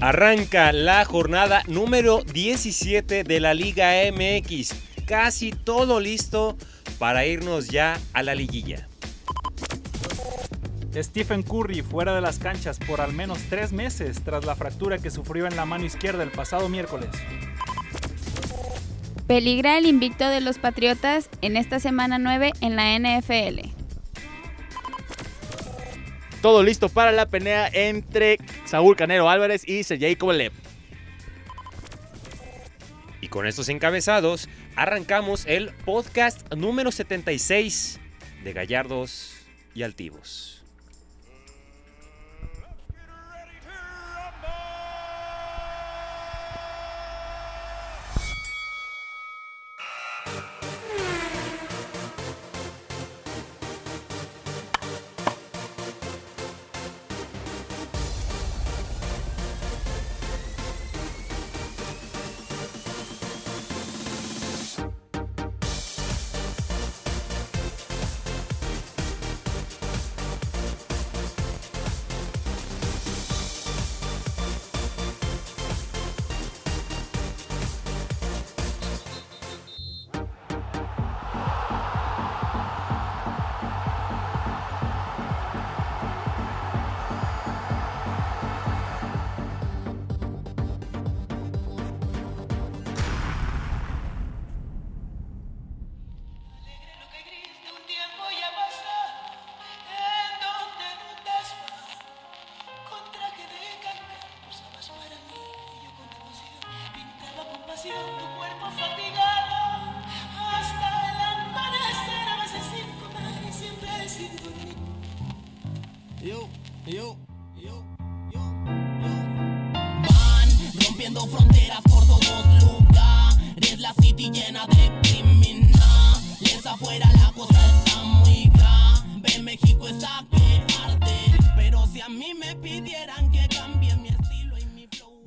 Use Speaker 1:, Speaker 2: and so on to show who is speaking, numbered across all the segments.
Speaker 1: Arranca la jornada número 17 de la Liga MX. Casi todo listo para irnos ya a la liguilla.
Speaker 2: Stephen Curry fuera de las canchas por al menos tres meses tras la fractura que sufrió en la mano izquierda el pasado miércoles.
Speaker 3: Peligra el invicto de los Patriotas en esta semana 9 en la NFL.
Speaker 4: Todo listo para la pelea entre Saúl Canero Álvarez y Sergey Kovalev.
Speaker 1: Y con estos encabezados, arrancamos el podcast número 76 de Gallardos y Altivos.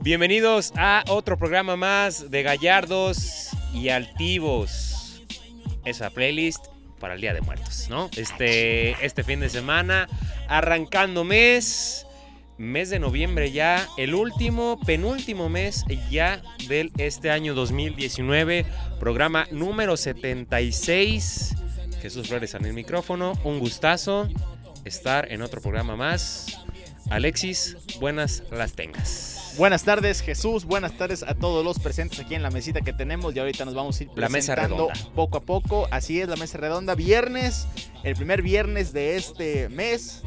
Speaker 1: Bienvenidos a otro programa más de Gallardos y Altivos. Esa playlist para el Día de Muertos, ¿no? Este, este fin de semana, arrancando mes, mes de noviembre ya, el último, penúltimo mes ya del este año 2019, programa número 76. Jesús Flores en el micrófono, un gustazo estar en otro programa más. Alexis, buenas las tengas.
Speaker 4: Buenas tardes, Jesús. Buenas tardes a todos los presentes aquí en la mesita que tenemos. Y ahorita nos vamos a ir
Speaker 1: la
Speaker 4: presentando
Speaker 1: mesa redonda.
Speaker 4: poco a poco. Así es, la mesa redonda. Viernes, el primer viernes de este mes,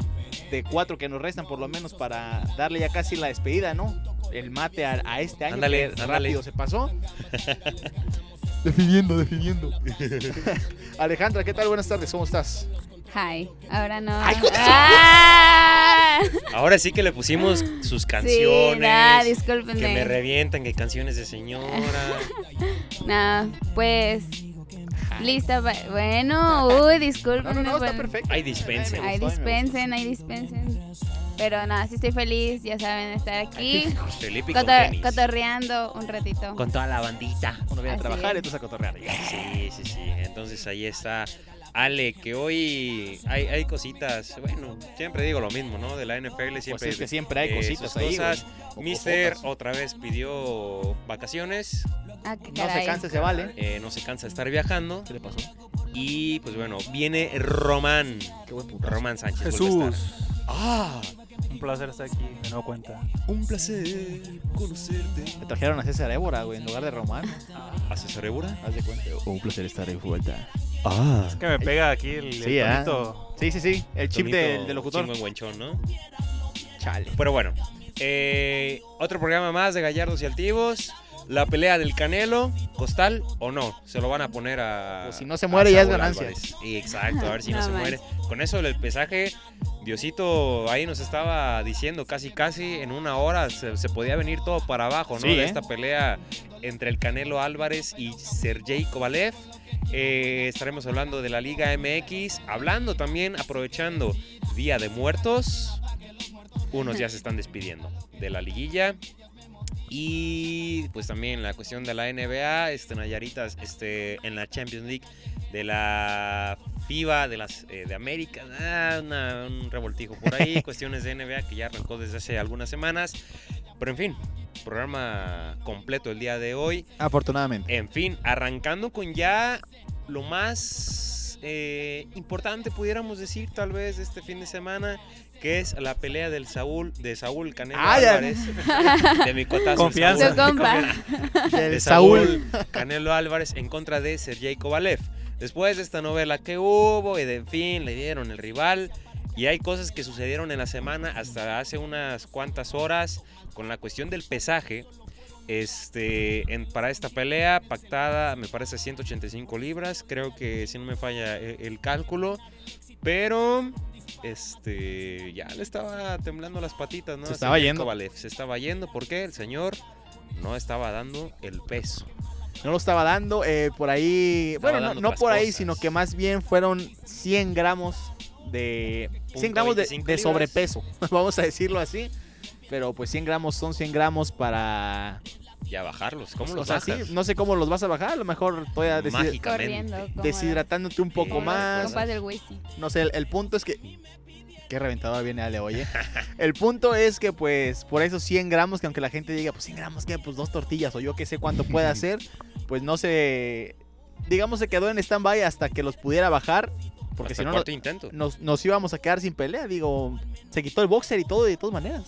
Speaker 4: de cuatro que nos restan por lo menos para darle ya casi la despedida, ¿no? El mate a, a este año.
Speaker 1: Ándale,
Speaker 4: que
Speaker 1: ándale.
Speaker 4: rápido se pasó.
Speaker 5: Definiendo, definiendo.
Speaker 4: Alejandra, ¿qué tal? Buenas tardes, ¿cómo estás?
Speaker 3: Hi, ahora no. ¡Ah!
Speaker 1: Ahora sí que le pusimos sus
Speaker 3: Sí, nada,
Speaker 1: canciones.
Speaker 3: discúlpenme.
Speaker 1: que me revientan, que canciones de señora.
Speaker 3: Nah, pues. Lista, pa- bueno, uy,
Speaker 4: No,
Speaker 3: discúlpenme.
Speaker 4: no, no, está
Speaker 3: por-
Speaker 4: perfecto.
Speaker 1: Ay, dispensen.
Speaker 4: Me
Speaker 3: Ay,
Speaker 4: gustó, me gustó.
Speaker 3: dispensen, ay, dispensen. Pero nada, sí estoy feliz, ya saben, de estar aquí.
Speaker 1: Felipe y con
Speaker 3: cotor-
Speaker 1: tenis.
Speaker 3: cotorreando un ratito.
Speaker 1: Con toda la bandita.
Speaker 4: Uno viene a
Speaker 3: Así
Speaker 4: trabajar
Speaker 3: es.
Speaker 4: y entonces a cotorrear.
Speaker 1: Pues Sí, sí, sí. Entonces ahí está Ale, que hoy hay, hay cositas. Bueno, siempre digo lo mismo, ¿no? De la NFL siempre.
Speaker 4: Pues es que siempre hay
Speaker 1: eh,
Speaker 4: cositas
Speaker 1: sus
Speaker 4: ahí,
Speaker 1: cosas.
Speaker 4: güey. O
Speaker 1: Mister
Speaker 4: cojotas.
Speaker 1: otra vez pidió vacaciones.
Speaker 3: Ah, qué
Speaker 4: No se
Speaker 3: caray.
Speaker 4: canse, se vale.
Speaker 1: eh, no se cansa de estar viajando.
Speaker 4: ¿Qué le pasó?
Speaker 1: Y pues bueno, viene Román.
Speaker 4: Qué buen puto.
Speaker 1: Román Sánchez. vuelve a estar.
Speaker 2: Jesús,
Speaker 1: ¡Ah!
Speaker 2: un placer estar aquí, de nuevo cuenta.
Speaker 1: Un placer conocerte.
Speaker 4: Me trajeron a César Évora, güey, en lugar de Román.
Speaker 1: ¿Asesor Ebura?
Speaker 4: Haz de cuenta. Oh, Un placer estar de vuelta.
Speaker 1: Ah.
Speaker 2: Es que me pega aquí el, el
Speaker 4: Sí,
Speaker 1: ¿eh?
Speaker 4: ¿ah?
Speaker 2: tonito.
Speaker 4: Sí, sí, sí. El chip del, del locutor.
Speaker 1: Chimbo en Huenchón, ¿no?
Speaker 4: Chale.
Speaker 1: Pero bueno, eh, otro programa más de Gallardos y Altivos. La pelea del Canelo, ¿costal o no? Se lo van a poner a.
Speaker 4: O si no se muere,
Speaker 1: a
Speaker 4: ya es
Speaker 1: Saúl
Speaker 4: ganancia.
Speaker 1: Álvarez. Y Exacto, a ver si no,
Speaker 3: No
Speaker 1: se muere.
Speaker 3: manches.
Speaker 1: Con eso el pesaje, Diosito ahí nos estaba diciendo casi, casi en una hora se, se podía venir todo para abajo, ¿no?
Speaker 4: Sí,
Speaker 1: de
Speaker 4: ¿eh?
Speaker 1: esta pelea entre el Canelo Álvarez y Sergey Kovalev. Eh, estaremos hablando de la Liga MX, hablando también, aprovechando Día de Muertos. Unos ya se están despidiendo de la liguilla. Y pues también la cuestión de la NBA, este, Nayaritas este, en la Champions League de la FIBA de las eh, de América, ah, una- un revoltijo por ahí, cuestiones de NBA que ya arrancó desde hace algunas semanas. Pero en fin, programa completo el día de hoy.
Speaker 4: Afortunadamente.
Speaker 1: En fin, arrancando con ya lo más eh, importante, pudiéramos decir, tal vez, de este fin de semana, que es la pelea del Saúl, de Saúl Canelo
Speaker 4: Ay,
Speaker 1: Álvarez. De mi cotazo. el
Speaker 2: Confianza.
Speaker 1: Saúl.
Speaker 3: Su compa.
Speaker 1: De
Speaker 4: El Saúl.
Speaker 1: Saúl Canelo Álvarez en contra de Sergey Kovalev. Después de esta novela que hubo y de en fin, le dieron el rival. Y hay cosas que sucedieron en la semana hasta hace unas cuantas horas con la cuestión del pesaje. Este, en- para esta pelea pactada, me parece 185 libras. Creo que si no me falla e- el, cálculo. Pero, este, ya le estaba temblando las patitas, ¿no?
Speaker 4: Se
Speaker 1: A
Speaker 4: estaba
Speaker 1: Sergey
Speaker 4: yendo.
Speaker 1: Kovalev. Se estaba yendo porque el señor no estaba dando el peso.
Speaker 4: No lo estaba dando eh, por ahí.
Speaker 1: Estaba
Speaker 4: bueno, no-
Speaker 1: dando
Speaker 4: no,
Speaker 1: otras
Speaker 4: por ahí,
Speaker 1: cosas.
Speaker 4: sino que más bien fueron 100 gramos de. 100
Speaker 1: Punto
Speaker 4: gramos de,
Speaker 1: 25
Speaker 4: de
Speaker 1: libras.
Speaker 4: sobrepeso, vamos a decirlo así. Pero pues 100 gramos son 100 gramos para.
Speaker 1: Ya bajarlos. ¿Cómo
Speaker 4: o
Speaker 1: los
Speaker 4: sea,
Speaker 1: bajas?
Speaker 4: sí, no sé cómo los vas a bajar. A lo mejor todavía deshid-
Speaker 1: Mágica.
Speaker 3: corriendo. como
Speaker 4: deshidratándote un
Speaker 3: los-
Speaker 4: poco
Speaker 3: como los
Speaker 4: más.
Speaker 3: compas del whisky.
Speaker 4: No sé, el, el punto es que. Qué reventador viene Ale, oye. El punto es que, pues, por esos 100 gramos, que aunque la gente diga, pues 100 gramos, ¿qué? Pues dos tortillas o yo que sé cuánto puede hacer, pues no se. Digamos, se quedó en stand-by hasta que los pudiera bajar, porque
Speaker 1: Hasta
Speaker 4: si
Speaker 1: el
Speaker 4: no, no-
Speaker 1: cuarto intento.
Speaker 4: nos, nos íbamos a quedar sin pelea. Digo, se quitó el boxer y todo, de todas maneras.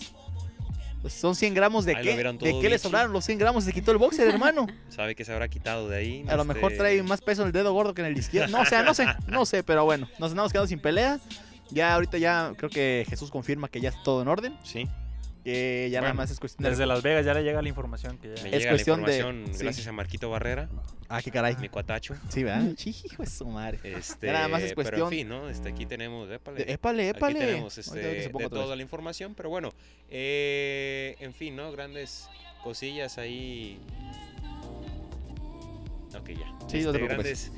Speaker 4: Pues son 100 gramos de
Speaker 1: Ahí lo
Speaker 4: qué.
Speaker 1: vieron
Speaker 4: ¿De
Speaker 1: todo
Speaker 4: qué le
Speaker 1: bichi.
Speaker 4: sobraron los 100 gramos? Se quitó el boxer, hermano.
Speaker 1: Sabe que se habrá quitado de ahí.
Speaker 4: A lo
Speaker 1: este,
Speaker 4: mejor trae más peso en el dedo gordo que en el izquierdo. No, o sea, no sé, no sé, pero bueno, nos andamos quedando sin pelea. Ya ahorita ya creo que Jesús confirma que ya es todo en orden,
Speaker 1: Sí.
Speaker 4: que ya nada
Speaker 1: Bueno,
Speaker 4: más es cuestión de...
Speaker 2: Desde Las Vegas ya le llega la información que
Speaker 1: Me
Speaker 2: ya.
Speaker 1: llega la
Speaker 4: cuestión de-
Speaker 1: información
Speaker 4: sí.
Speaker 1: gracias a Marquito Barrera,
Speaker 4: Ah, qué caray.
Speaker 1: mi cuatacho.
Speaker 4: Sí, ¿verdad? Sí, Hijo de su madre.
Speaker 1: Este,
Speaker 4: Ya nada más es
Speaker 1: Pero en
Speaker 4: cuestión-
Speaker 1: fin, ¿no? Este, aquí tenemos. épale,
Speaker 4: De- Épale,
Speaker 1: aquí
Speaker 4: épale.
Speaker 1: tenemos
Speaker 4: Ahorita
Speaker 1: este,
Speaker 4: que se ponga
Speaker 1: de
Speaker 4: otra
Speaker 1: toda
Speaker 4: vez.
Speaker 1: la información, pero bueno. eh, en fin, ¿no? Grandes cosillas ahí. Ok, ya. Este,
Speaker 4: Sí, no te preocupes.
Speaker 1: grandes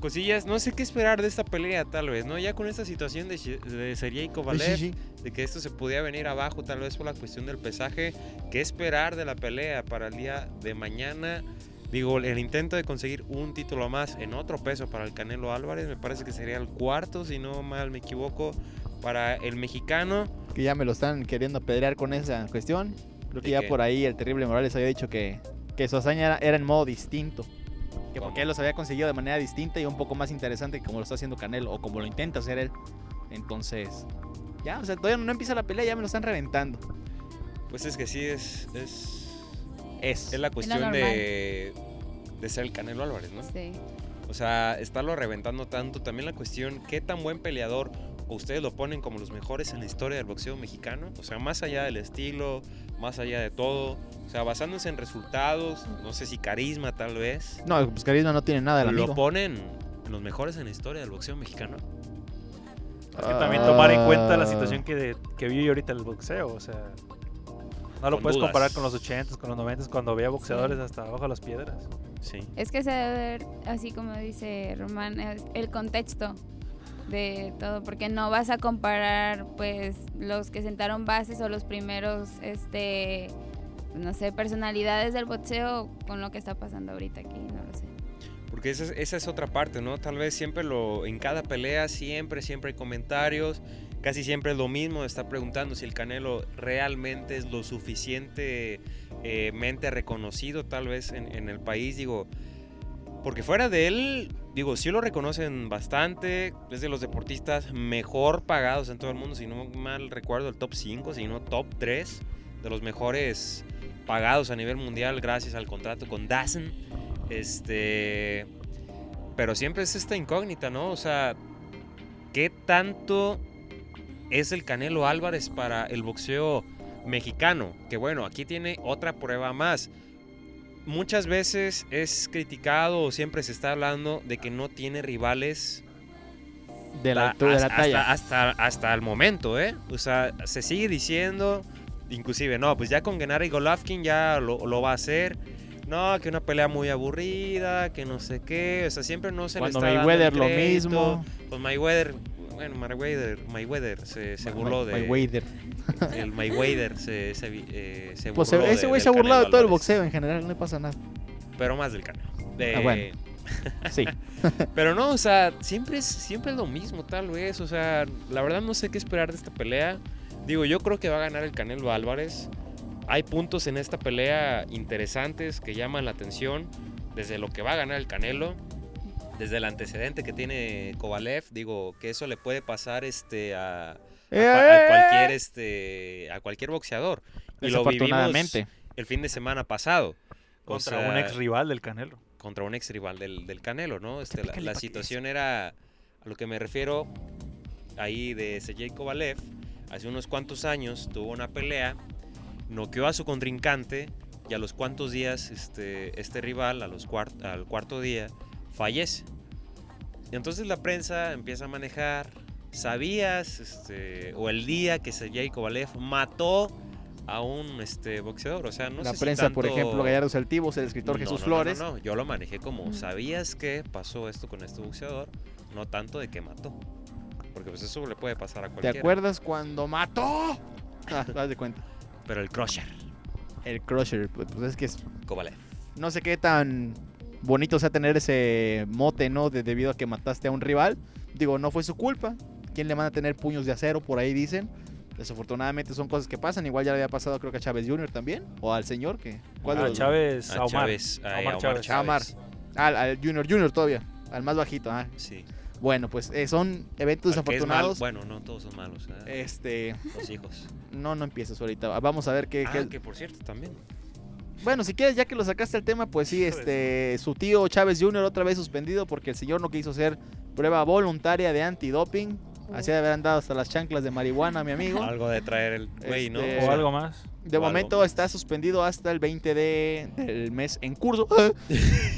Speaker 1: cosillas. No sé qué esperar de esta pelea, tal vez, ¿no? Ya con esta situación de, Shi- de Sergey Kovalev.
Speaker 4: Sí, sí, sí.
Speaker 1: de que esto se podía venir abajo tal vez por la cuestión del pesaje. ¿Qué esperar de la pelea para el día de mañana? Digo, el intento de conseguir un título más en otro peso para el Canelo Álvarez me parece que sería el cuarto, si no mal me equivoco, para el mexicano.
Speaker 4: Que ya me lo están queriendo pelear con esa cuestión. Creo
Speaker 1: ¿De
Speaker 4: que ya
Speaker 1: qué?
Speaker 4: por ahí el terrible Morales había dicho que, que su hazaña era, era en modo distinto. Que
Speaker 1: ¿Cómo?
Speaker 4: porque él los había conseguido de manera distinta y un poco más interesante que como lo está haciendo Canelo o como lo intenta hacer él. Entonces, ya, o sea, todavía no empieza la pelea, ya me lo están reventando.
Speaker 1: Pues es que sí, es, es,
Speaker 4: Es.
Speaker 1: es la cuestión
Speaker 3: normal.
Speaker 1: de, de ser el Canelo Álvarez, ¿no?
Speaker 3: Sí.
Speaker 1: O sea, estarlo reventando tanto. También la cuestión, ¿qué tan buen peleador o ustedes lo ponen como los mejores en la historia del boxeo mexicano? O sea, más allá del estilo, más allá de todo. O sea, basándose en resultados, no sé si carisma tal vez.
Speaker 4: No, pues Carisma no tiene nada del
Speaker 1: ¿Lo
Speaker 4: amigo.
Speaker 1: ponen los mejores en la historia del boxeo mexicano?
Speaker 2: Es que también tomar en cuenta la situación que, que vive ahorita el boxeo, o sea. No lo
Speaker 1: Con
Speaker 2: puedes
Speaker 1: dudas.
Speaker 2: comparar con los 80s, con los 90s, cuando había boxeadores hasta abajo de las piedras.
Speaker 1: Sí.
Speaker 3: Es que se debe ver, así como dice Román, es el contexto de todo, porque no vas a comparar pues los que sentaron bases o los primeros, este, no sé, personalidades del boxeo con lo que está pasando ahorita aquí, no lo sé.
Speaker 1: Porque esa es, esa es otra parte, ¿no? Tal vez siempre lo, en cada pelea, siempre, siempre hay comentarios, casi siempre es lo mismo, está preguntando si el Canelo realmente es lo suficientemente reconocido tal vez en, en el país, digo, porque fuera de él, digo, sí lo reconocen bastante, es de los deportistas mejor pagados en todo el mundo, si no mal recuerdo, el top 5, si no top 3 de los mejores pagados a nivel mundial gracias al contrato con Dazn. Este. Pero siempre es esta incógnita, ¿no? O sea, ¿qué tanto es el Canelo Álvarez para el boxeo mexicano? Que bueno, aquí tiene otra prueba más. Muchas veces es criticado o siempre se está hablando de que no tiene rivales
Speaker 4: De
Speaker 1: hasta-
Speaker 4: la, altura de la
Speaker 1: Ah, hasta-
Speaker 4: talla.
Speaker 1: Hasta, hasta el momento, ¿eh? O sea, se sigue diciendo, inclusive, no, pues ya con Gennady Golovkin ya lo, lo va a hacer. No, que una pelea muy aburrida, que no sé qué. O sea, siempre no se
Speaker 4: Cuando
Speaker 1: le está dando
Speaker 4: Mayweather
Speaker 1: el
Speaker 4: lo
Speaker 1: crédito.
Speaker 4: mismo.
Speaker 1: Pues Mayweather, bueno, Mayweather, Mayweather se, se burló de...
Speaker 4: Mayweather.
Speaker 1: El Mayweather se, se, vi- eh, se
Speaker 4: Pues
Speaker 1: burló
Speaker 4: ese
Speaker 1: de-
Speaker 4: güey
Speaker 1: del
Speaker 4: se ha burlado de
Speaker 1: Canelo
Speaker 4: todo el
Speaker 1: Álvarez,
Speaker 4: boxeo en general, no le pasa nada.
Speaker 1: Pero más del Canelo. De-
Speaker 4: Ah, bueno. Sí.
Speaker 1: Pero no, o sea, siempre es, siempre es lo mismo, tal vez. O sea, la verdad no sé qué esperar de esta pelea. Digo, yo creo que va a ganar el Canelo Álvarez. Hay puntos en esta pelea interesantes que llaman la atención, desde lo que va a ganar el Canelo, desde el antecedente que tiene Kovalev, digo que eso le puede pasar este a, a
Speaker 4: Eh,
Speaker 1: cua- a cualquier este a cualquier boxeador y lo vivimos
Speaker 4: Desafortunadamente.
Speaker 1: el fin de semana pasado O
Speaker 2: Contra
Speaker 1: sea,
Speaker 2: un ex rival del Canelo.
Speaker 1: contra un ex rival del, del Canelo, ¿no? Este, la,
Speaker 4: Explícale
Speaker 1: la
Speaker 4: pa' qué
Speaker 1: situación era a lo que me refiero ahí de Sergey Kovalev. Hace unos cuantos años tuvo una pelea, noqueó a su contrincante y a los cuantos días este, este rival, a los cuar- al cuarto día, fallece. Y entonces la prensa empieza a manejar. ¿Sabías este, o el día que Sergey Kovalev mató a un este, boxeador? O sea, no
Speaker 4: la
Speaker 1: sé si
Speaker 4: prensa, por
Speaker 1: tanto-
Speaker 4: ejemplo, Gallardo Saltivos, el escritor
Speaker 1: no,
Speaker 4: Jesús
Speaker 1: no, no,
Speaker 4: Flores.
Speaker 1: No, no, yo lo manejé como,
Speaker 3: Ujú.
Speaker 1: ¿sabías que pasó esto con este boxeador? No tanto de que mató. Porque pues eso le puede pasar a
Speaker 4: ¿Te
Speaker 1: cualquiera.
Speaker 4: acuerdas cuando mató? Ah, haz de cuenta.
Speaker 1: Pero el crusher,
Speaker 4: El Crusher, pues pues es que es-
Speaker 1: Kovalev.
Speaker 4: no sé qué tan bonito sea tener ese mote, ¿no? De, debido a que mataste a un rival. Digo, no fue su culpa. ¿Quién le manda a tener puños de acero? Por ahí dicen. Desafortunadamente son cosas que pasan. Igual ya le había pasado creo que a Chávez Jr. también. O al señor que... ¿cuál de
Speaker 2: A
Speaker 4: los-
Speaker 2: Ah, Chávez,
Speaker 1: A
Speaker 2: a Omar.
Speaker 1: Ah, Chávez,
Speaker 2: a
Speaker 1: ay,
Speaker 2: Omar
Speaker 1: a Omar
Speaker 2: Chávez.
Speaker 1: Chávez.
Speaker 4: Al, al Junior Junior todavía. Al más bajito. ah.
Speaker 1: Sí.
Speaker 4: Bueno, pues eh, son eventos
Speaker 1: Al que es malo-
Speaker 4: desafortunados.
Speaker 1: Bueno, no todos son malos. ¿verdad?
Speaker 4: Este,
Speaker 1: Los hijos.
Speaker 4: no, no empieces ahorita. Vamos a ver qué...
Speaker 1: ah,
Speaker 4: qué-
Speaker 1: que por cierto también.
Speaker 4: Bueno, si quieres, ya que lo sacaste el tema, pues sí,
Speaker 2: Hijo de
Speaker 4: este, su tío Chávez Jr. otra vez suspendido porque el señor no quiso hacer prueba voluntaria de antidoping. Así de haber andado hasta las chanclas de marihuana, mi amigo.
Speaker 1: Algo de traer el güey, ¿no?
Speaker 4: Este,
Speaker 1: O sea,
Speaker 2: O algo más.
Speaker 4: De
Speaker 1: o algo.
Speaker 4: momento está suspendido hasta el 20 de, del mes en curso.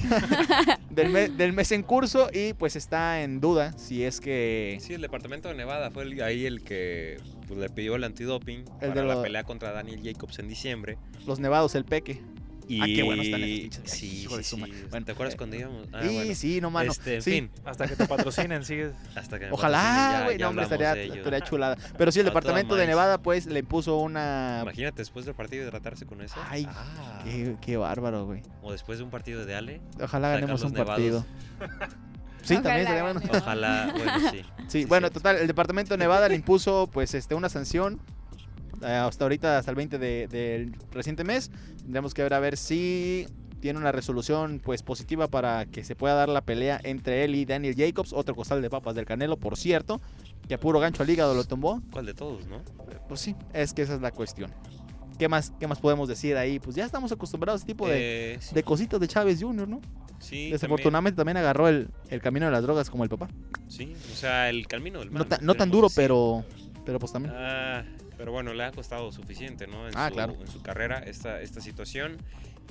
Speaker 4: del, me- del mes en curso y pues está en duda si es que...
Speaker 1: Sí, el departamento de Nevada fue el- ahí el que pues, le pidió el antidoping para
Speaker 4: de
Speaker 1: la
Speaker 4: lo-
Speaker 1: pelea contra Daniel Jacobs en diciembre.
Speaker 4: Los nevados, el peque.
Speaker 1: Y...
Speaker 4: Ah, qué bueno están esos pinches- ay,
Speaker 1: Sí,
Speaker 4: hijo de
Speaker 1: sí,
Speaker 4: su
Speaker 1: sí.
Speaker 4: ma- Bueno,
Speaker 1: ¿Te acuerdas
Speaker 4: eh,
Speaker 1: cuando íbamos? Ah,
Speaker 4: y
Speaker 1: bueno.
Speaker 4: sí, no mano.
Speaker 1: Este, en
Speaker 4: sí.
Speaker 1: fin.
Speaker 2: Hasta que te patrocinen, sigue.
Speaker 1: Hasta que me patrocinen,
Speaker 4: Ojalá,
Speaker 1: Eh, ya-
Speaker 4: güey.
Speaker 1: ya
Speaker 4: No, hombre,
Speaker 1: hablamos
Speaker 4: estaría,
Speaker 1: de ello.
Speaker 4: estaría chulada. Pero sí, el
Speaker 1: A toda
Speaker 4: departamento de
Speaker 1: madre.
Speaker 4: Nevada, pues, le puso una.
Speaker 1: Imagínate después del partido hidratarse con eso.
Speaker 4: Ay,
Speaker 1: Ah.
Speaker 4: Qué, qué bárbaro, güey.
Speaker 1: O después de un partido de Ale.
Speaker 4: Ojalá
Speaker 1: Sacan
Speaker 4: ganemos
Speaker 1: los
Speaker 4: un partido. Sí,
Speaker 3: Ojalá
Speaker 4: también sería bueno.
Speaker 3: ganen.
Speaker 1: Ojalá, bueno, sí.
Speaker 4: Sí,
Speaker 1: Sí,
Speaker 4: bueno,
Speaker 1: cierto.
Speaker 4: total, el departamento de Nevada le impuso, pues, este, una sanción. eh, hasta ahorita, hasta el 20 de- del reciente mes. Tendremos que ver a ver si tiene una resolución, pues, positiva para que se pueda dar la pelea entre él y Daniel Jacobs. Otro costal de papas del Canelo, por cierto. Que a puro gancho al hígado lo tumbó.
Speaker 1: ¿Cuál de todos, no?
Speaker 4: Pues sí, es que esa es la cuestión. ¿Qué más, qué más podemos decir ahí? Pues ya estamos acostumbrados a ese tipo de,
Speaker 1: Eh, sí,
Speaker 4: de cositas de Chávez Jr., ¿no?
Speaker 1: sí,
Speaker 4: Desafortunadamente también, agarró el, el camino de las drogas como el papá.
Speaker 1: también, sí, o sea, el camino del mal.
Speaker 4: no, tan- no tan duro,
Speaker 1: Tenemos así.
Speaker 4: pero, pero pues también.
Speaker 1: Ah, pero bueno, le ha costado suficiente, ¿no? En,
Speaker 4: Ah,
Speaker 1: su,
Speaker 4: claro.
Speaker 1: en su carrera esta, esta situación.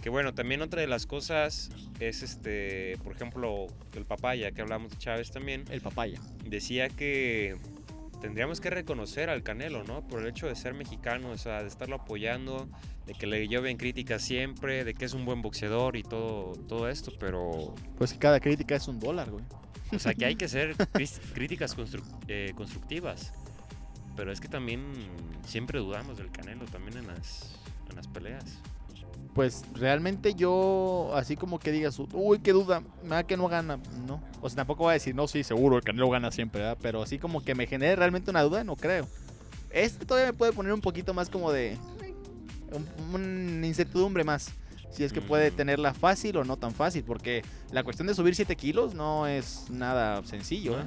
Speaker 1: Que bueno, también otra de las cosas es este, por ejemplo, el papaya que hablamos de Chávez también.
Speaker 4: El papaya.
Speaker 1: decía que tendríamos que reconocer al Canelo, ¿no? Por el hecho de ser mexicano, o sea, de estarlo apoyando, de que le lloven críticas siempre, de que es un buen boxeador y todo, todo esto, pero,
Speaker 4: Pues que cada crítica es un dólar, güey.
Speaker 1: o sea, que hay que hacer cris- críticas constru- eh, constructivas. Pero es que también siempre dudamos del Canelo, también en las, en las peleas.
Speaker 4: Pues realmente yo, así como que digas, uy, qué duda, nada que no gana, no. O sea, tampoco voy a decir, no, sí, seguro, el Canelo gana siempre, ¿verdad? Pero así como que me genere realmente una duda, no creo. Este todavía me puede poner un poquito más como de. un- una incertidumbre más. Si es que puede
Speaker 1: Mm.
Speaker 4: tenerla fácil o no tan fácil, porque la cuestión de subir 7 kilos no es nada sencillo, ¿eh?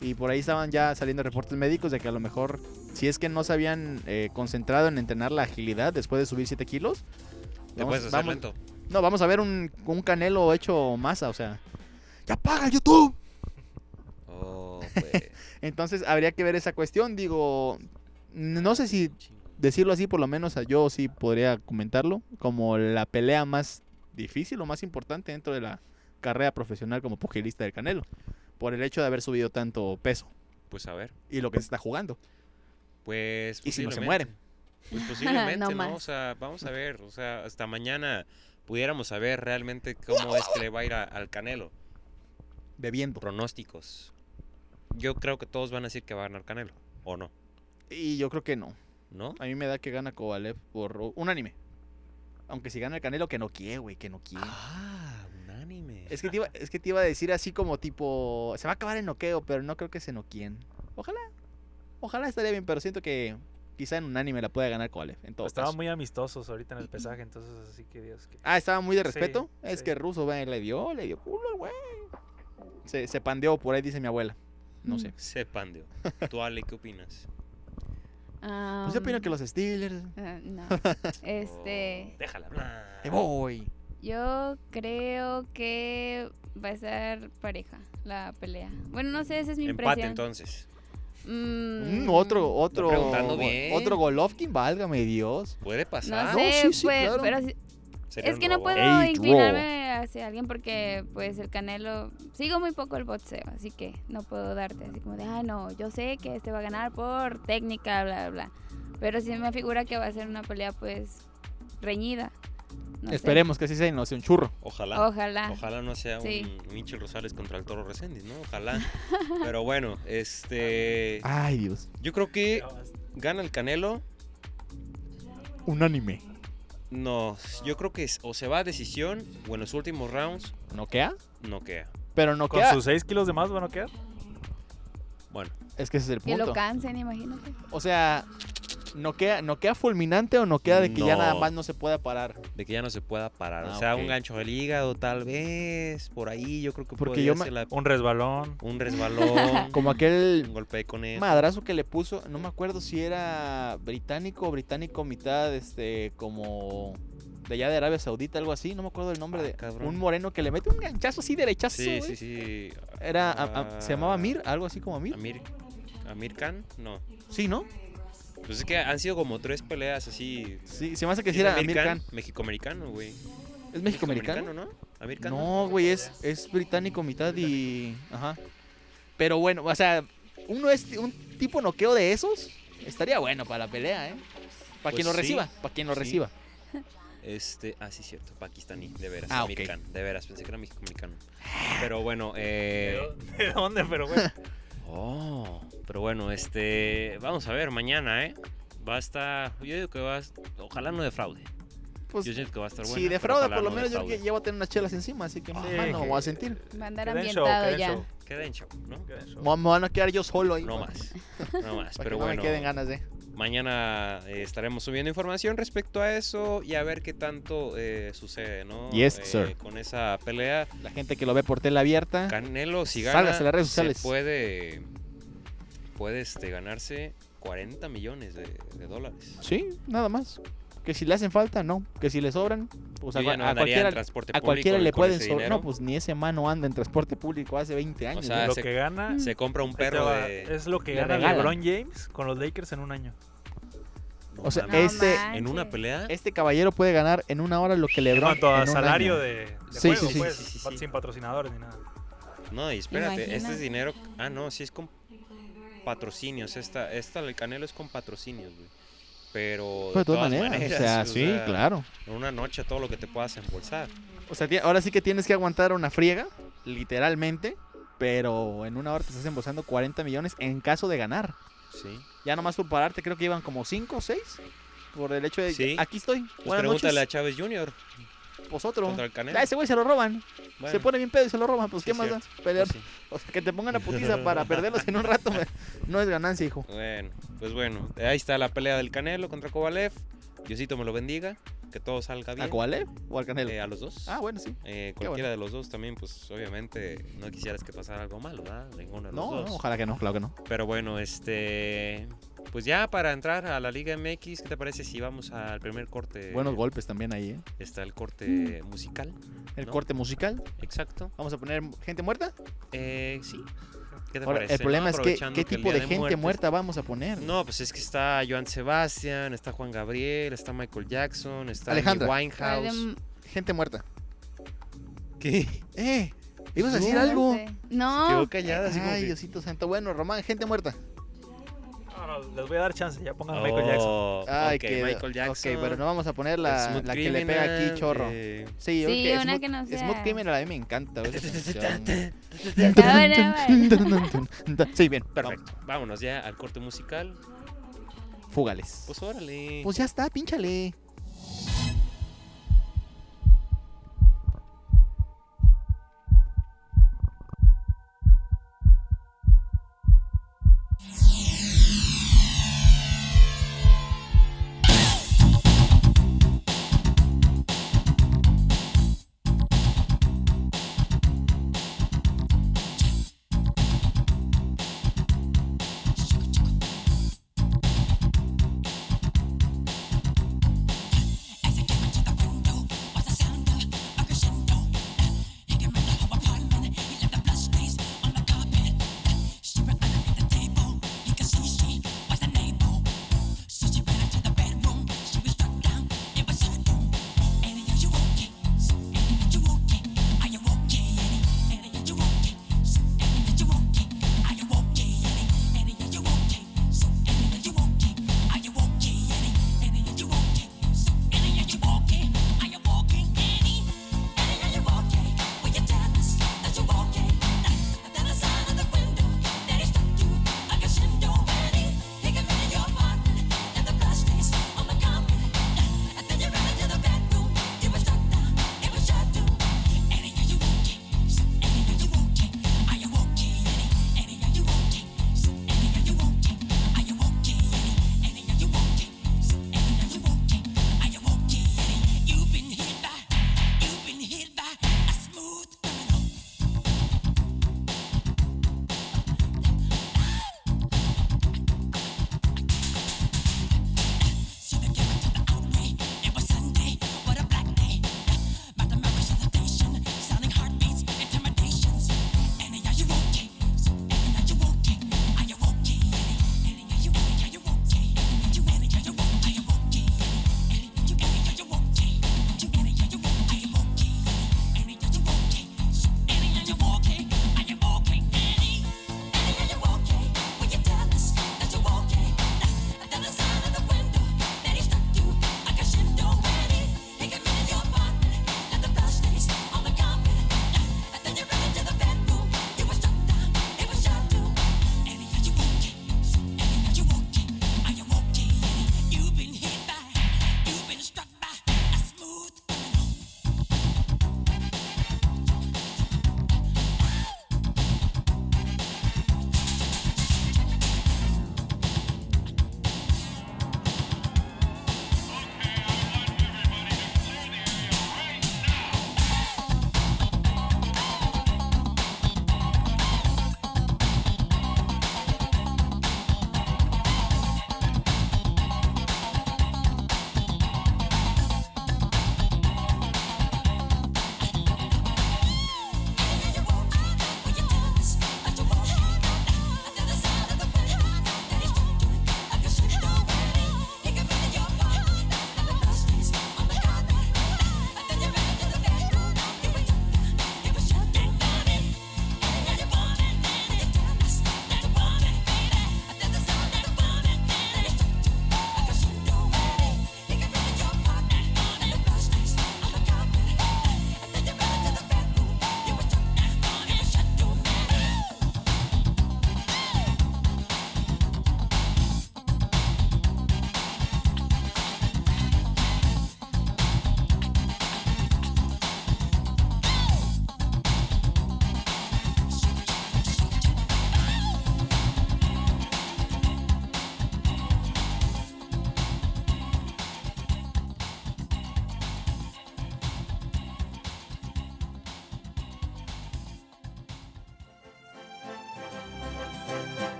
Speaker 4: Y por ahí estaban ya saliendo reportes médicos de que a lo mejor, si es que no se habían eh, concentrado en entrenar la agilidad después de subir 7 kilos,
Speaker 1: Te puedes hacer
Speaker 4: vamos-
Speaker 1: lento.
Speaker 4: no, vamos a ver un, un canelo hecho masa, o sea. ¡Ya paga YouTube!
Speaker 1: Oh, pues,
Speaker 4: Entonces habría que ver esa cuestión, digo. No sé si
Speaker 1: chingo.
Speaker 4: decirlo así, por lo menos a yo sí podría comentarlo, como la pelea más difícil o más importante dentro de la carrera profesional como pugilista del Canelo, por el hecho de haber subido tanto peso
Speaker 1: Pues a ver.
Speaker 4: y lo que se está jugando.
Speaker 1: Pues
Speaker 4: Y si no se
Speaker 1: posiblemente.
Speaker 4: muere.
Speaker 1: Pues posiblemente,
Speaker 3: No
Speaker 1: ¿no?
Speaker 3: más.
Speaker 1: O sea, vamos a ver, o sea, hasta mañana pudiéramos saber realmente cómo es que le va a ir a- al Canelo.
Speaker 4: Bebiendo.
Speaker 1: Pronósticos. Yo creo que todos van a decir que va a ganar Canelo, ¿o no?
Speaker 4: Y yo creo que no.
Speaker 1: ¿No?
Speaker 4: A mí me da que gana Kovalev por un anime. Aunque si gana el Canelo, que no quiere, güey, que no quiere.
Speaker 1: Ah, unánime.
Speaker 4: Es que, te iba, es que te iba a decir así como tipo, se va a acabar el noqueo, pero no creo que se noqueen. Ojalá. Ojalá estaría bien, pero siento que quizá en unánime la pueda ganar Kovalev. En todo
Speaker 2: Estaban Pues
Speaker 4: caso.
Speaker 2: muy amistosos ahorita en el pesaje, entonces así que Dios. Que...
Speaker 4: Ah, estaba muy de
Speaker 2: Sí,
Speaker 4: respeto. es
Speaker 2: sí.
Speaker 4: que el ruso ve, le dio, le dio culo al güey. Se, se pandeó por ahí, dice mi abuela.
Speaker 1: Mm.
Speaker 4: No sé.
Speaker 1: Se pandeó. ¿Tú, Ale, qué opinas?
Speaker 4: Pues yo opino que los Steelers.
Speaker 3: Ah, no. Este.
Speaker 1: Oh, déjala hablar.
Speaker 4: Te voy.
Speaker 3: Yo creo que va a ser pareja la pelea. Bueno, no sé, esa es mi
Speaker 1: Empate,
Speaker 3: impresión.
Speaker 1: entonces.
Speaker 4: Mm,
Speaker 3: Mm,
Speaker 4: otro, otro.
Speaker 1: preguntando
Speaker 4: go-
Speaker 1: bien.
Speaker 4: Otro Golovkin, válgame Dios.
Speaker 1: Puede
Speaker 3: No
Speaker 1: pasar.
Speaker 4: No,
Speaker 3: sé,
Speaker 4: sí, sí,
Speaker 3: pues,
Speaker 4: claro.
Speaker 3: pero sí-
Speaker 1: Sería
Speaker 3: es
Speaker 1: un
Speaker 3: que no
Speaker 1: robo.
Speaker 3: puedo
Speaker 4: Eight
Speaker 3: inclinarme hacia alguien porque, pues, el Canelo. Sigo muy poco el boxeo, así que no puedo darte así como de, ay, no, yo sé que este va a ganar por técnica, bla, bla. bla". Pero sí me figura que va a ser una pelea, pues, reñida. No sé.
Speaker 4: Esperemos que sí sea y no sea un churro.
Speaker 1: Ojalá.
Speaker 3: Ojalá.
Speaker 1: Ojalá no sea
Speaker 3: Sí.
Speaker 1: un Michel Rosales contra el Toro Reséndiz, ¿no? Ojalá. Pero bueno, este.
Speaker 4: Ay, Dios.
Speaker 1: Yo creo que gana el Canelo.
Speaker 4: Unánime.
Speaker 1: No, yo creo que es- o se va a decisión o en los últimos rounds
Speaker 4: ¿Noquea?
Speaker 1: noquea.
Speaker 4: Pero
Speaker 2: Con
Speaker 4: noquea.
Speaker 2: sus 6 kilos de más van a quedar.
Speaker 1: Bueno,
Speaker 4: Es que ese es el
Speaker 3: Que lo
Speaker 4: punto.
Speaker 3: cansen, imagínate.
Speaker 4: O sea, ¿noquea, noquea fulminante o noquea de que ya
Speaker 1: No.
Speaker 4: nada más no se pueda parar?
Speaker 1: de que ya no se pueda parar.
Speaker 4: Ah,
Speaker 1: o sea,
Speaker 4: ok.
Speaker 1: un gancho del hígado tal vez, por ahí yo creo que
Speaker 4: Porque
Speaker 1: podría
Speaker 4: yo me-
Speaker 1: ser la-
Speaker 2: Un resbalón.
Speaker 1: un resbalón,
Speaker 4: Como
Speaker 1: un
Speaker 4: aquel
Speaker 1: golpe con él.
Speaker 4: madrazo que le puso, no me acuerdo si era británico, británico mitad, este, como de allá de Arabia Saudita, algo así, no me acuerdo el nombre
Speaker 1: Ah,
Speaker 4: de
Speaker 1: cabrón.
Speaker 4: un moreno que le mete un ganchazo así derechazo.
Speaker 1: Sí, sí,
Speaker 4: güey.
Speaker 1: sí. Ah,
Speaker 4: Era, a- a- se llamaba Mir, algo así como Mir.
Speaker 1: Amir Amir Khan, no.
Speaker 4: Sí, ¿no?
Speaker 1: Pues es que han sido como tres peleas así.
Speaker 4: Sí, se me hace que
Speaker 1: ¿Sí
Speaker 4: sí era Amir Khan.
Speaker 1: México-americano, güey.
Speaker 4: ¿Es mexicoamericano?
Speaker 1: ¿no? Amir Khan. ¿no?
Speaker 4: No, güey, es, es británico mitad y... Ajá. Pero bueno, o sea, uno es un tipo noqueo de esos, estaría bueno para la pelea, ¿eh? Para
Speaker 1: Pues
Speaker 4: quien lo
Speaker 1: sí,
Speaker 4: reciba, para quien lo
Speaker 1: sí.
Speaker 4: reciba.
Speaker 1: Este, ah, sí, cierto, pakistaní, de veras.
Speaker 4: Ah,
Speaker 1: Amir
Speaker 4: ok.
Speaker 1: Khan, de veras, pensé que era mexicoamericano. Pero bueno, eh.
Speaker 2: ¿De dónde? Pero bueno.
Speaker 1: Oh, pero bueno, este. Vamos a ver mañana, ¿eh? Va a estar. Yo digo que va a. Ojalá no defraude.
Speaker 4: Pues,
Speaker 1: Yo siento que va a estar bueno.
Speaker 4: si defrauda, por lo menos yo creo que ya voy a tener unas chelas encima, así que
Speaker 2: Sí,
Speaker 4: más no me
Speaker 2: que-
Speaker 4: voy a sentir.
Speaker 3: Va a andar
Speaker 2: que den
Speaker 3: ambientado
Speaker 2: que den
Speaker 3: ya.
Speaker 1: Queda en show, ¿no?
Speaker 2: que den show.
Speaker 4: Me me van a quedar yo solo ahí.
Speaker 1: No
Speaker 4: para-
Speaker 1: más. No más.
Speaker 4: para
Speaker 1: Pero
Speaker 4: que no
Speaker 1: bueno.
Speaker 4: me queden ganas de.
Speaker 1: Mañana eh, estaremos subiendo información respecto a eso y a ver qué tanto eh, sucede, ¿no?
Speaker 4: Yes,
Speaker 1: Eh,
Speaker 4: sir.
Speaker 1: Con esa pelea.
Speaker 4: La gente que lo ve por tela abierta.
Speaker 1: Canelo, si gana,
Speaker 4: Sálgase a Ah. las redes
Speaker 1: se
Speaker 4: sociales.
Speaker 1: puede, puede este, ganarse 40 millones de, de dólares.
Speaker 4: Sí, nada más. Que si le hacen falta, no. Que si le sobran, pues
Speaker 1: Yo
Speaker 4: a,
Speaker 1: ya
Speaker 4: cua-
Speaker 1: no andaría
Speaker 4: a
Speaker 1: en
Speaker 4: cualquiera,
Speaker 1: transporte
Speaker 4: a
Speaker 1: público
Speaker 4: cualquiera le
Speaker 1: con
Speaker 4: pueden
Speaker 1: ese
Speaker 4: sobrar. No,
Speaker 1: dinero.
Speaker 4: pues ni ese mano anda en transporte público hace 20 años.
Speaker 1: sea,
Speaker 4: güey.
Speaker 2: Lo
Speaker 1: Ah, se-
Speaker 2: que
Speaker 3: Mm.
Speaker 2: gana.
Speaker 1: Se compra un
Speaker 2: ahí te
Speaker 1: perro
Speaker 2: va,
Speaker 1: de...
Speaker 2: Es lo que
Speaker 4: le
Speaker 2: gana
Speaker 4: regalan.
Speaker 2: LeBron James con los Lakers en un año.
Speaker 1: No
Speaker 4: o sea,
Speaker 1: mames.
Speaker 3: No
Speaker 4: este-
Speaker 1: ¿En una
Speaker 3: manches.
Speaker 1: pelea?
Speaker 4: este caballero puede ganar en una hora lo que le
Speaker 2: En cuanto a salario de, de
Speaker 4: Sí,
Speaker 2: juego,
Speaker 4: sí, sí,
Speaker 2: pues,
Speaker 1: sí, sí, sí.
Speaker 2: sin patrocinadores ni nada.
Speaker 1: No, y espérate, este es
Speaker 3: Imagínate.
Speaker 1: dinero... Ah, no, sí es con patrocinios. Esta, esta del Canelo es con patrocinios, güey. Pero de,
Speaker 4: Pues, de todas
Speaker 1: todas
Speaker 4: maneras, o sea, sí, claro.
Speaker 1: En una noche todo lo que te puedas embolsar.
Speaker 4: O sea, tie- ahora sí que tienes que aguantar una friega, literalmente, pero en una hora te estás embolsando 40 millones en caso de ganar.
Speaker 1: Sí.
Speaker 4: Ya nomás por pararte, creo que iban como 5 o 6 por el hecho de
Speaker 1: Sí.
Speaker 4: aquí estoy.
Speaker 1: Pues
Speaker 4: Buenas
Speaker 1: pregúntale a
Speaker 4: noches,
Speaker 1: Chávez Jr.
Speaker 4: vosotros.
Speaker 1: contra el Canelo.
Speaker 4: Ah, ese güey se lo roban.
Speaker 1: Bueno,
Speaker 4: Se pone bien pedo y se lo roban. Pues,
Speaker 1: Sí,
Speaker 4: ¿qué más da?
Speaker 1: cierto.
Speaker 4: Pelear.
Speaker 1: pues sí.
Speaker 4: O sea, que te pongan a putiza para perderlos en un rato me- no es ganancia, hijo.
Speaker 1: Bueno, pues bueno, ahí está la pelea del Canelo contra Kovalev. Diosito me lo bendiga, que todo salga bien.
Speaker 4: ¿A Kovalev o al Canelo?
Speaker 1: Eh, a los dos.
Speaker 4: Ah, bueno, sí.
Speaker 1: Eh,
Speaker 4: qué bueno.
Speaker 1: cualquiera de los dos también, pues obviamente no quisieras que pasara algo malo, ¿verdad? Ninguno de los
Speaker 4: No,
Speaker 1: dos.
Speaker 4: no, ojalá que no, claro que no.
Speaker 1: Pero bueno, este. Pues ya para entrar a la Liga MX, ¿qué te parece si vamos al primer corte?
Speaker 4: Buenos golpes también ahí, ¿eh?
Speaker 1: Está el corte musical,
Speaker 4: El
Speaker 1: ¿No?
Speaker 4: corte musical.
Speaker 1: exacto.
Speaker 4: Vamos a poner gente muerta.
Speaker 1: Eh, sí. ¿Qué te
Speaker 4: Ahora,
Speaker 1: parece?
Speaker 4: el
Speaker 1: no?
Speaker 4: problema es que,
Speaker 1: Aprovechando
Speaker 4: ¿qué
Speaker 1: el
Speaker 4: tipo
Speaker 1: Día
Speaker 4: de gente
Speaker 1: Muertos-
Speaker 4: muerta vamos a poner?
Speaker 1: No, pues es que está Joan Sebastián, está Juan Gabriel, está Michael Jackson, está Amy
Speaker 4: Alejandra.
Speaker 3: Ay, de-
Speaker 1: Winehouse.
Speaker 4: Gente muerta.
Speaker 1: ¿Qué?
Speaker 4: ¡Eh! ¿Ibas a
Speaker 1: No,
Speaker 4: decir
Speaker 3: no
Speaker 4: algo?
Speaker 3: sé. No.
Speaker 1: Quedó callada, así como
Speaker 4: Ay,
Speaker 1: que-
Speaker 4: Diosito Santo. Bueno, Román, gente muerta.
Speaker 2: No, no, les voy a dar chance. Ya pongan a Michael Jackson.
Speaker 1: Oh,
Speaker 4: Ay,
Speaker 1: ok,
Speaker 4: que,
Speaker 1: Michael Jackson.
Speaker 4: Ok, pero no vamos a poner
Speaker 1: el
Speaker 4: la,
Speaker 1: Smooth
Speaker 4: la que le pega
Speaker 1: Criminal,
Speaker 4: aquí, chorro.
Speaker 1: eh,
Speaker 4: Sí, yo
Speaker 3: Sí,
Speaker 4: creo
Speaker 3: una
Speaker 4: Smooth,
Speaker 3: que no sea-
Speaker 4: Smooth Criminal a mí me encanta. güey, esa canción.
Speaker 3: Ahora,
Speaker 4: sí, bien.
Speaker 1: perfecto. Vámonos ya al corte musical.
Speaker 4: vamos, Fúgales.
Speaker 1: Pues órale.
Speaker 4: Pues ya está, pínchale.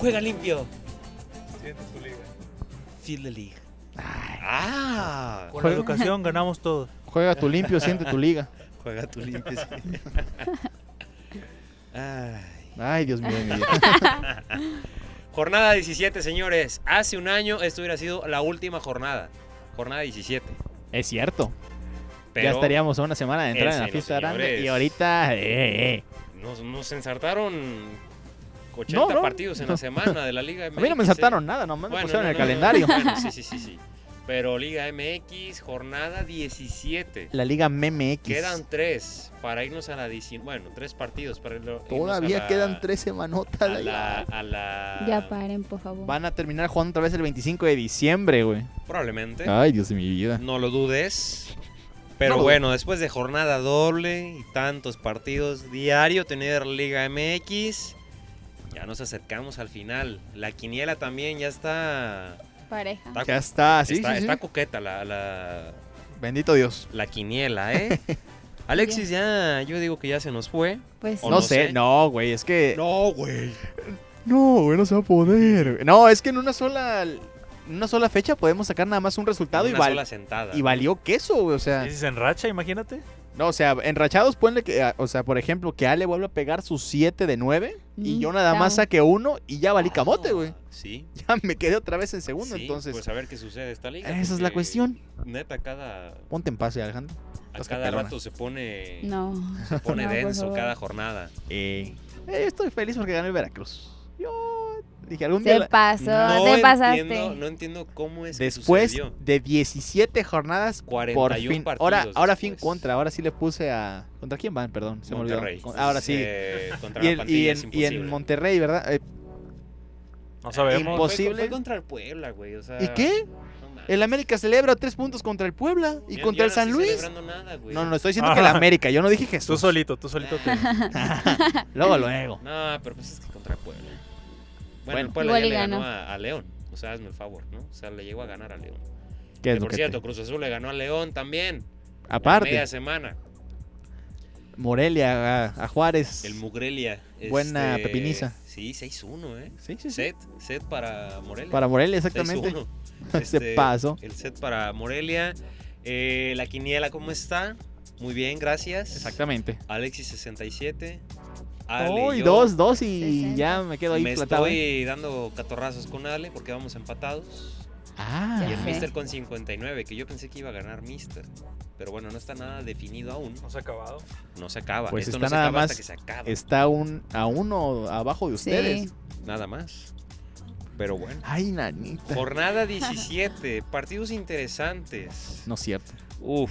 Speaker 1: Juega limpio.
Speaker 2: Siente tu liga.
Speaker 1: Feel the league. Ah,
Speaker 2: Con la
Speaker 4: Juega-
Speaker 2: educación ganamos todo.
Speaker 4: Juega tu limpio, siente tu liga.
Speaker 1: juega tu limpio. sí. Ay.
Speaker 4: Ay, Dios mío, de mi vida.
Speaker 1: Jornada 17, señores. Hace un año esto hubiera sido la última jornada. Jornada 17.
Speaker 4: Es cierto.
Speaker 1: Pero
Speaker 4: ya estaríamos a una semana de entrar
Speaker 1: Eh,
Speaker 4: en la
Speaker 1: sí, no,
Speaker 4: fiesta grande.
Speaker 1: señores.
Speaker 4: Y ahorita. eh, eh.
Speaker 1: Nos, nos ensartaron 80
Speaker 4: No, no.
Speaker 1: partidos en la semana de la Liga MX.
Speaker 4: A mí no me
Speaker 1: ¿eh?
Speaker 4: saltaron nada, nomás me
Speaker 1: Bueno,
Speaker 4: pusieron
Speaker 1: no,
Speaker 4: el
Speaker 1: no, no,
Speaker 4: calendario.
Speaker 1: bueno, sí, sí, sí, sí. Pero Liga MX, jornada 17.
Speaker 4: La Liga MMX.
Speaker 1: Quedan tres para irnos a la 19. Bueno, tres partidos para irnos
Speaker 4: Todavía
Speaker 1: a la-
Speaker 4: quedan tres semanotas.
Speaker 1: A la,
Speaker 4: de la-
Speaker 1: a la-
Speaker 3: Ya paren, por favor.
Speaker 4: Van a terminar jugando otra vez el 25 de diciembre, güey.
Speaker 1: Probablemente.
Speaker 4: Ay, Dios de mi vida.
Speaker 1: No lo dudes. Pero
Speaker 4: No lo
Speaker 1: bueno, después de jornada doble y tantos partidos diario, tener Liga MX, ya nos acercamos al final. La quiniela también ya está.
Speaker 3: Pareja.
Speaker 1: está-
Speaker 4: Ya está, Ah, sí,
Speaker 1: está-
Speaker 4: sí, sí.
Speaker 1: está coqueta la, la,
Speaker 4: Bendito Dios.
Speaker 1: la quiniela, ¿eh? Alexis ya, yo digo que ya se nos fue.
Speaker 3: Pues
Speaker 1: O
Speaker 4: No
Speaker 1: no
Speaker 4: sé,
Speaker 1: sé.
Speaker 4: no, Eh, güey, es que...
Speaker 1: No, güey.
Speaker 4: No, güey, no se va a poder. güey. No, es que en una sola... En una sola fecha podemos sacar nada más un resultado y,
Speaker 1: Una
Speaker 4: val-
Speaker 1: sola sentada.
Speaker 4: y valió queso, güey, o sea...
Speaker 2: Y si se enracha, imagínate.
Speaker 4: No, o sea, enrachados ponle que... ah, O sea, por ejemplo, que Ale vuelva a pegar sus 7 de 9 y
Speaker 3: Mm,
Speaker 4: yo nada más
Speaker 3: bravo.
Speaker 4: saque uno y ya
Speaker 1: Ah,
Speaker 4: valí camote, güey.
Speaker 1: Sí.
Speaker 4: Ya me quedé otra vez en segundo,
Speaker 1: sí,
Speaker 4: entonces...
Speaker 1: Pues a ver qué sucede esta liga.
Speaker 4: esa es la
Speaker 1: porque
Speaker 4: cuestión.
Speaker 1: Neta, cada,
Speaker 4: Ponte en paz, Alejandro.
Speaker 1: a
Speaker 4: Estás
Speaker 1: cada
Speaker 4: capelona.
Speaker 1: rato se pone,
Speaker 3: No.
Speaker 1: se pone
Speaker 3: No, por
Speaker 1: denso
Speaker 3: favor.
Speaker 1: cada jornada.
Speaker 4: Eh, eh, estoy feliz porque gané el Veracruz. Yo dije algún día...
Speaker 3: Se
Speaker 4: la-
Speaker 3: pasó, te
Speaker 1: Entiendo,
Speaker 3: pasaste.
Speaker 1: no entiendo cómo es
Speaker 4: Después
Speaker 1: que sucedió.
Speaker 4: de 17 jornadas, por
Speaker 1: 41
Speaker 4: fin.
Speaker 1: partidos
Speaker 4: Ahora, ahora fin
Speaker 1: después.
Speaker 4: contra, ahora sí le puse a. ¿Contra quién van? Perdón, se
Speaker 1: Monterrey.
Speaker 4: me olvidó. Con- Ahora sí.
Speaker 1: Eh, contra
Speaker 4: Y,
Speaker 1: la
Speaker 4: el- y
Speaker 1: pandilla es
Speaker 4: en, y en
Speaker 1: imposible.
Speaker 4: Monterrey, ¿verdad? Eh,
Speaker 1: Ah,
Speaker 2: No sabemos.
Speaker 1: Fue-
Speaker 4: Imposible.
Speaker 1: Fue, contra el Puebla, güey. o sea,
Speaker 4: ¿Y qué?
Speaker 1: no mames.
Speaker 4: El América celebra tres puntos contra el Puebla y
Speaker 1: Yo-
Speaker 4: contra
Speaker 1: yo
Speaker 4: el
Speaker 1: no
Speaker 4: San
Speaker 1: estoy
Speaker 4: Luis.
Speaker 1: celebrando nada, güey.
Speaker 4: No, no, estoy diciendo que el
Speaker 2: Ajá.
Speaker 4: América. Yo no dije
Speaker 2: Tú
Speaker 4: Jesús.
Speaker 2: solito, tú solito. te-
Speaker 4: Luego, luego.
Speaker 1: No, pero pues es que contra Puebla. Bueno,
Speaker 4: Bueno.
Speaker 1: el Puebla
Speaker 3: Igual
Speaker 1: ya
Speaker 3: y
Speaker 1: le ganó
Speaker 3: ganó.
Speaker 1: a, a León. O sea, hazme el favor, ¿no? O sea, le llegó a ganar a León.
Speaker 4: ¿Qué
Speaker 1: Que
Speaker 4: es lo
Speaker 1: por
Speaker 4: que
Speaker 1: cierto,
Speaker 4: te-
Speaker 1: Cruz Azul le ganó a León también. A media
Speaker 4: Aparte,
Speaker 1: semana.
Speaker 4: Morelia a, a Juárez.
Speaker 1: El Mugrelia. este,
Speaker 4: Buena pepiniza.
Speaker 1: Sí, 6-1, ¿eh?
Speaker 4: Sí, sí, sí.
Speaker 1: Set, set para Morelia.
Speaker 4: Para Morelia, exactamente.
Speaker 1: 6-1.
Speaker 4: Se pasó.
Speaker 1: El set para Morelia. Eh, la quiniela, ¿cómo está? Muy bien, gracias.
Speaker 4: Exactamente.
Speaker 1: Alexis 67. Ale,
Speaker 4: Uy,
Speaker 1: yo
Speaker 4: dos, dos y
Speaker 3: 60.
Speaker 4: ya me quedo ahí
Speaker 1: Me
Speaker 4: platado. ¿eh?
Speaker 1: estoy dando catorrazos con Ale porque vamos empatados.
Speaker 4: Ah,
Speaker 1: Y el
Speaker 3: Ajá.
Speaker 1: Mister con 59, que yo pensé que iba a ganar Mister. Pero bueno, no está nada definido aún.
Speaker 2: No se ha acabado.
Speaker 1: No se acaba.
Speaker 4: Pues
Speaker 1: Esto
Speaker 4: está
Speaker 1: no se
Speaker 4: nada
Speaker 1: acaba hasta
Speaker 4: más-
Speaker 1: que se acabe.
Speaker 4: está un, a uno abajo de ustedes.
Speaker 3: Sí.
Speaker 1: Nada más. Pero bueno.
Speaker 4: Ay, nanita.
Speaker 1: Jornada 17. partidos interesantes.
Speaker 4: No es cierto.
Speaker 1: Uf.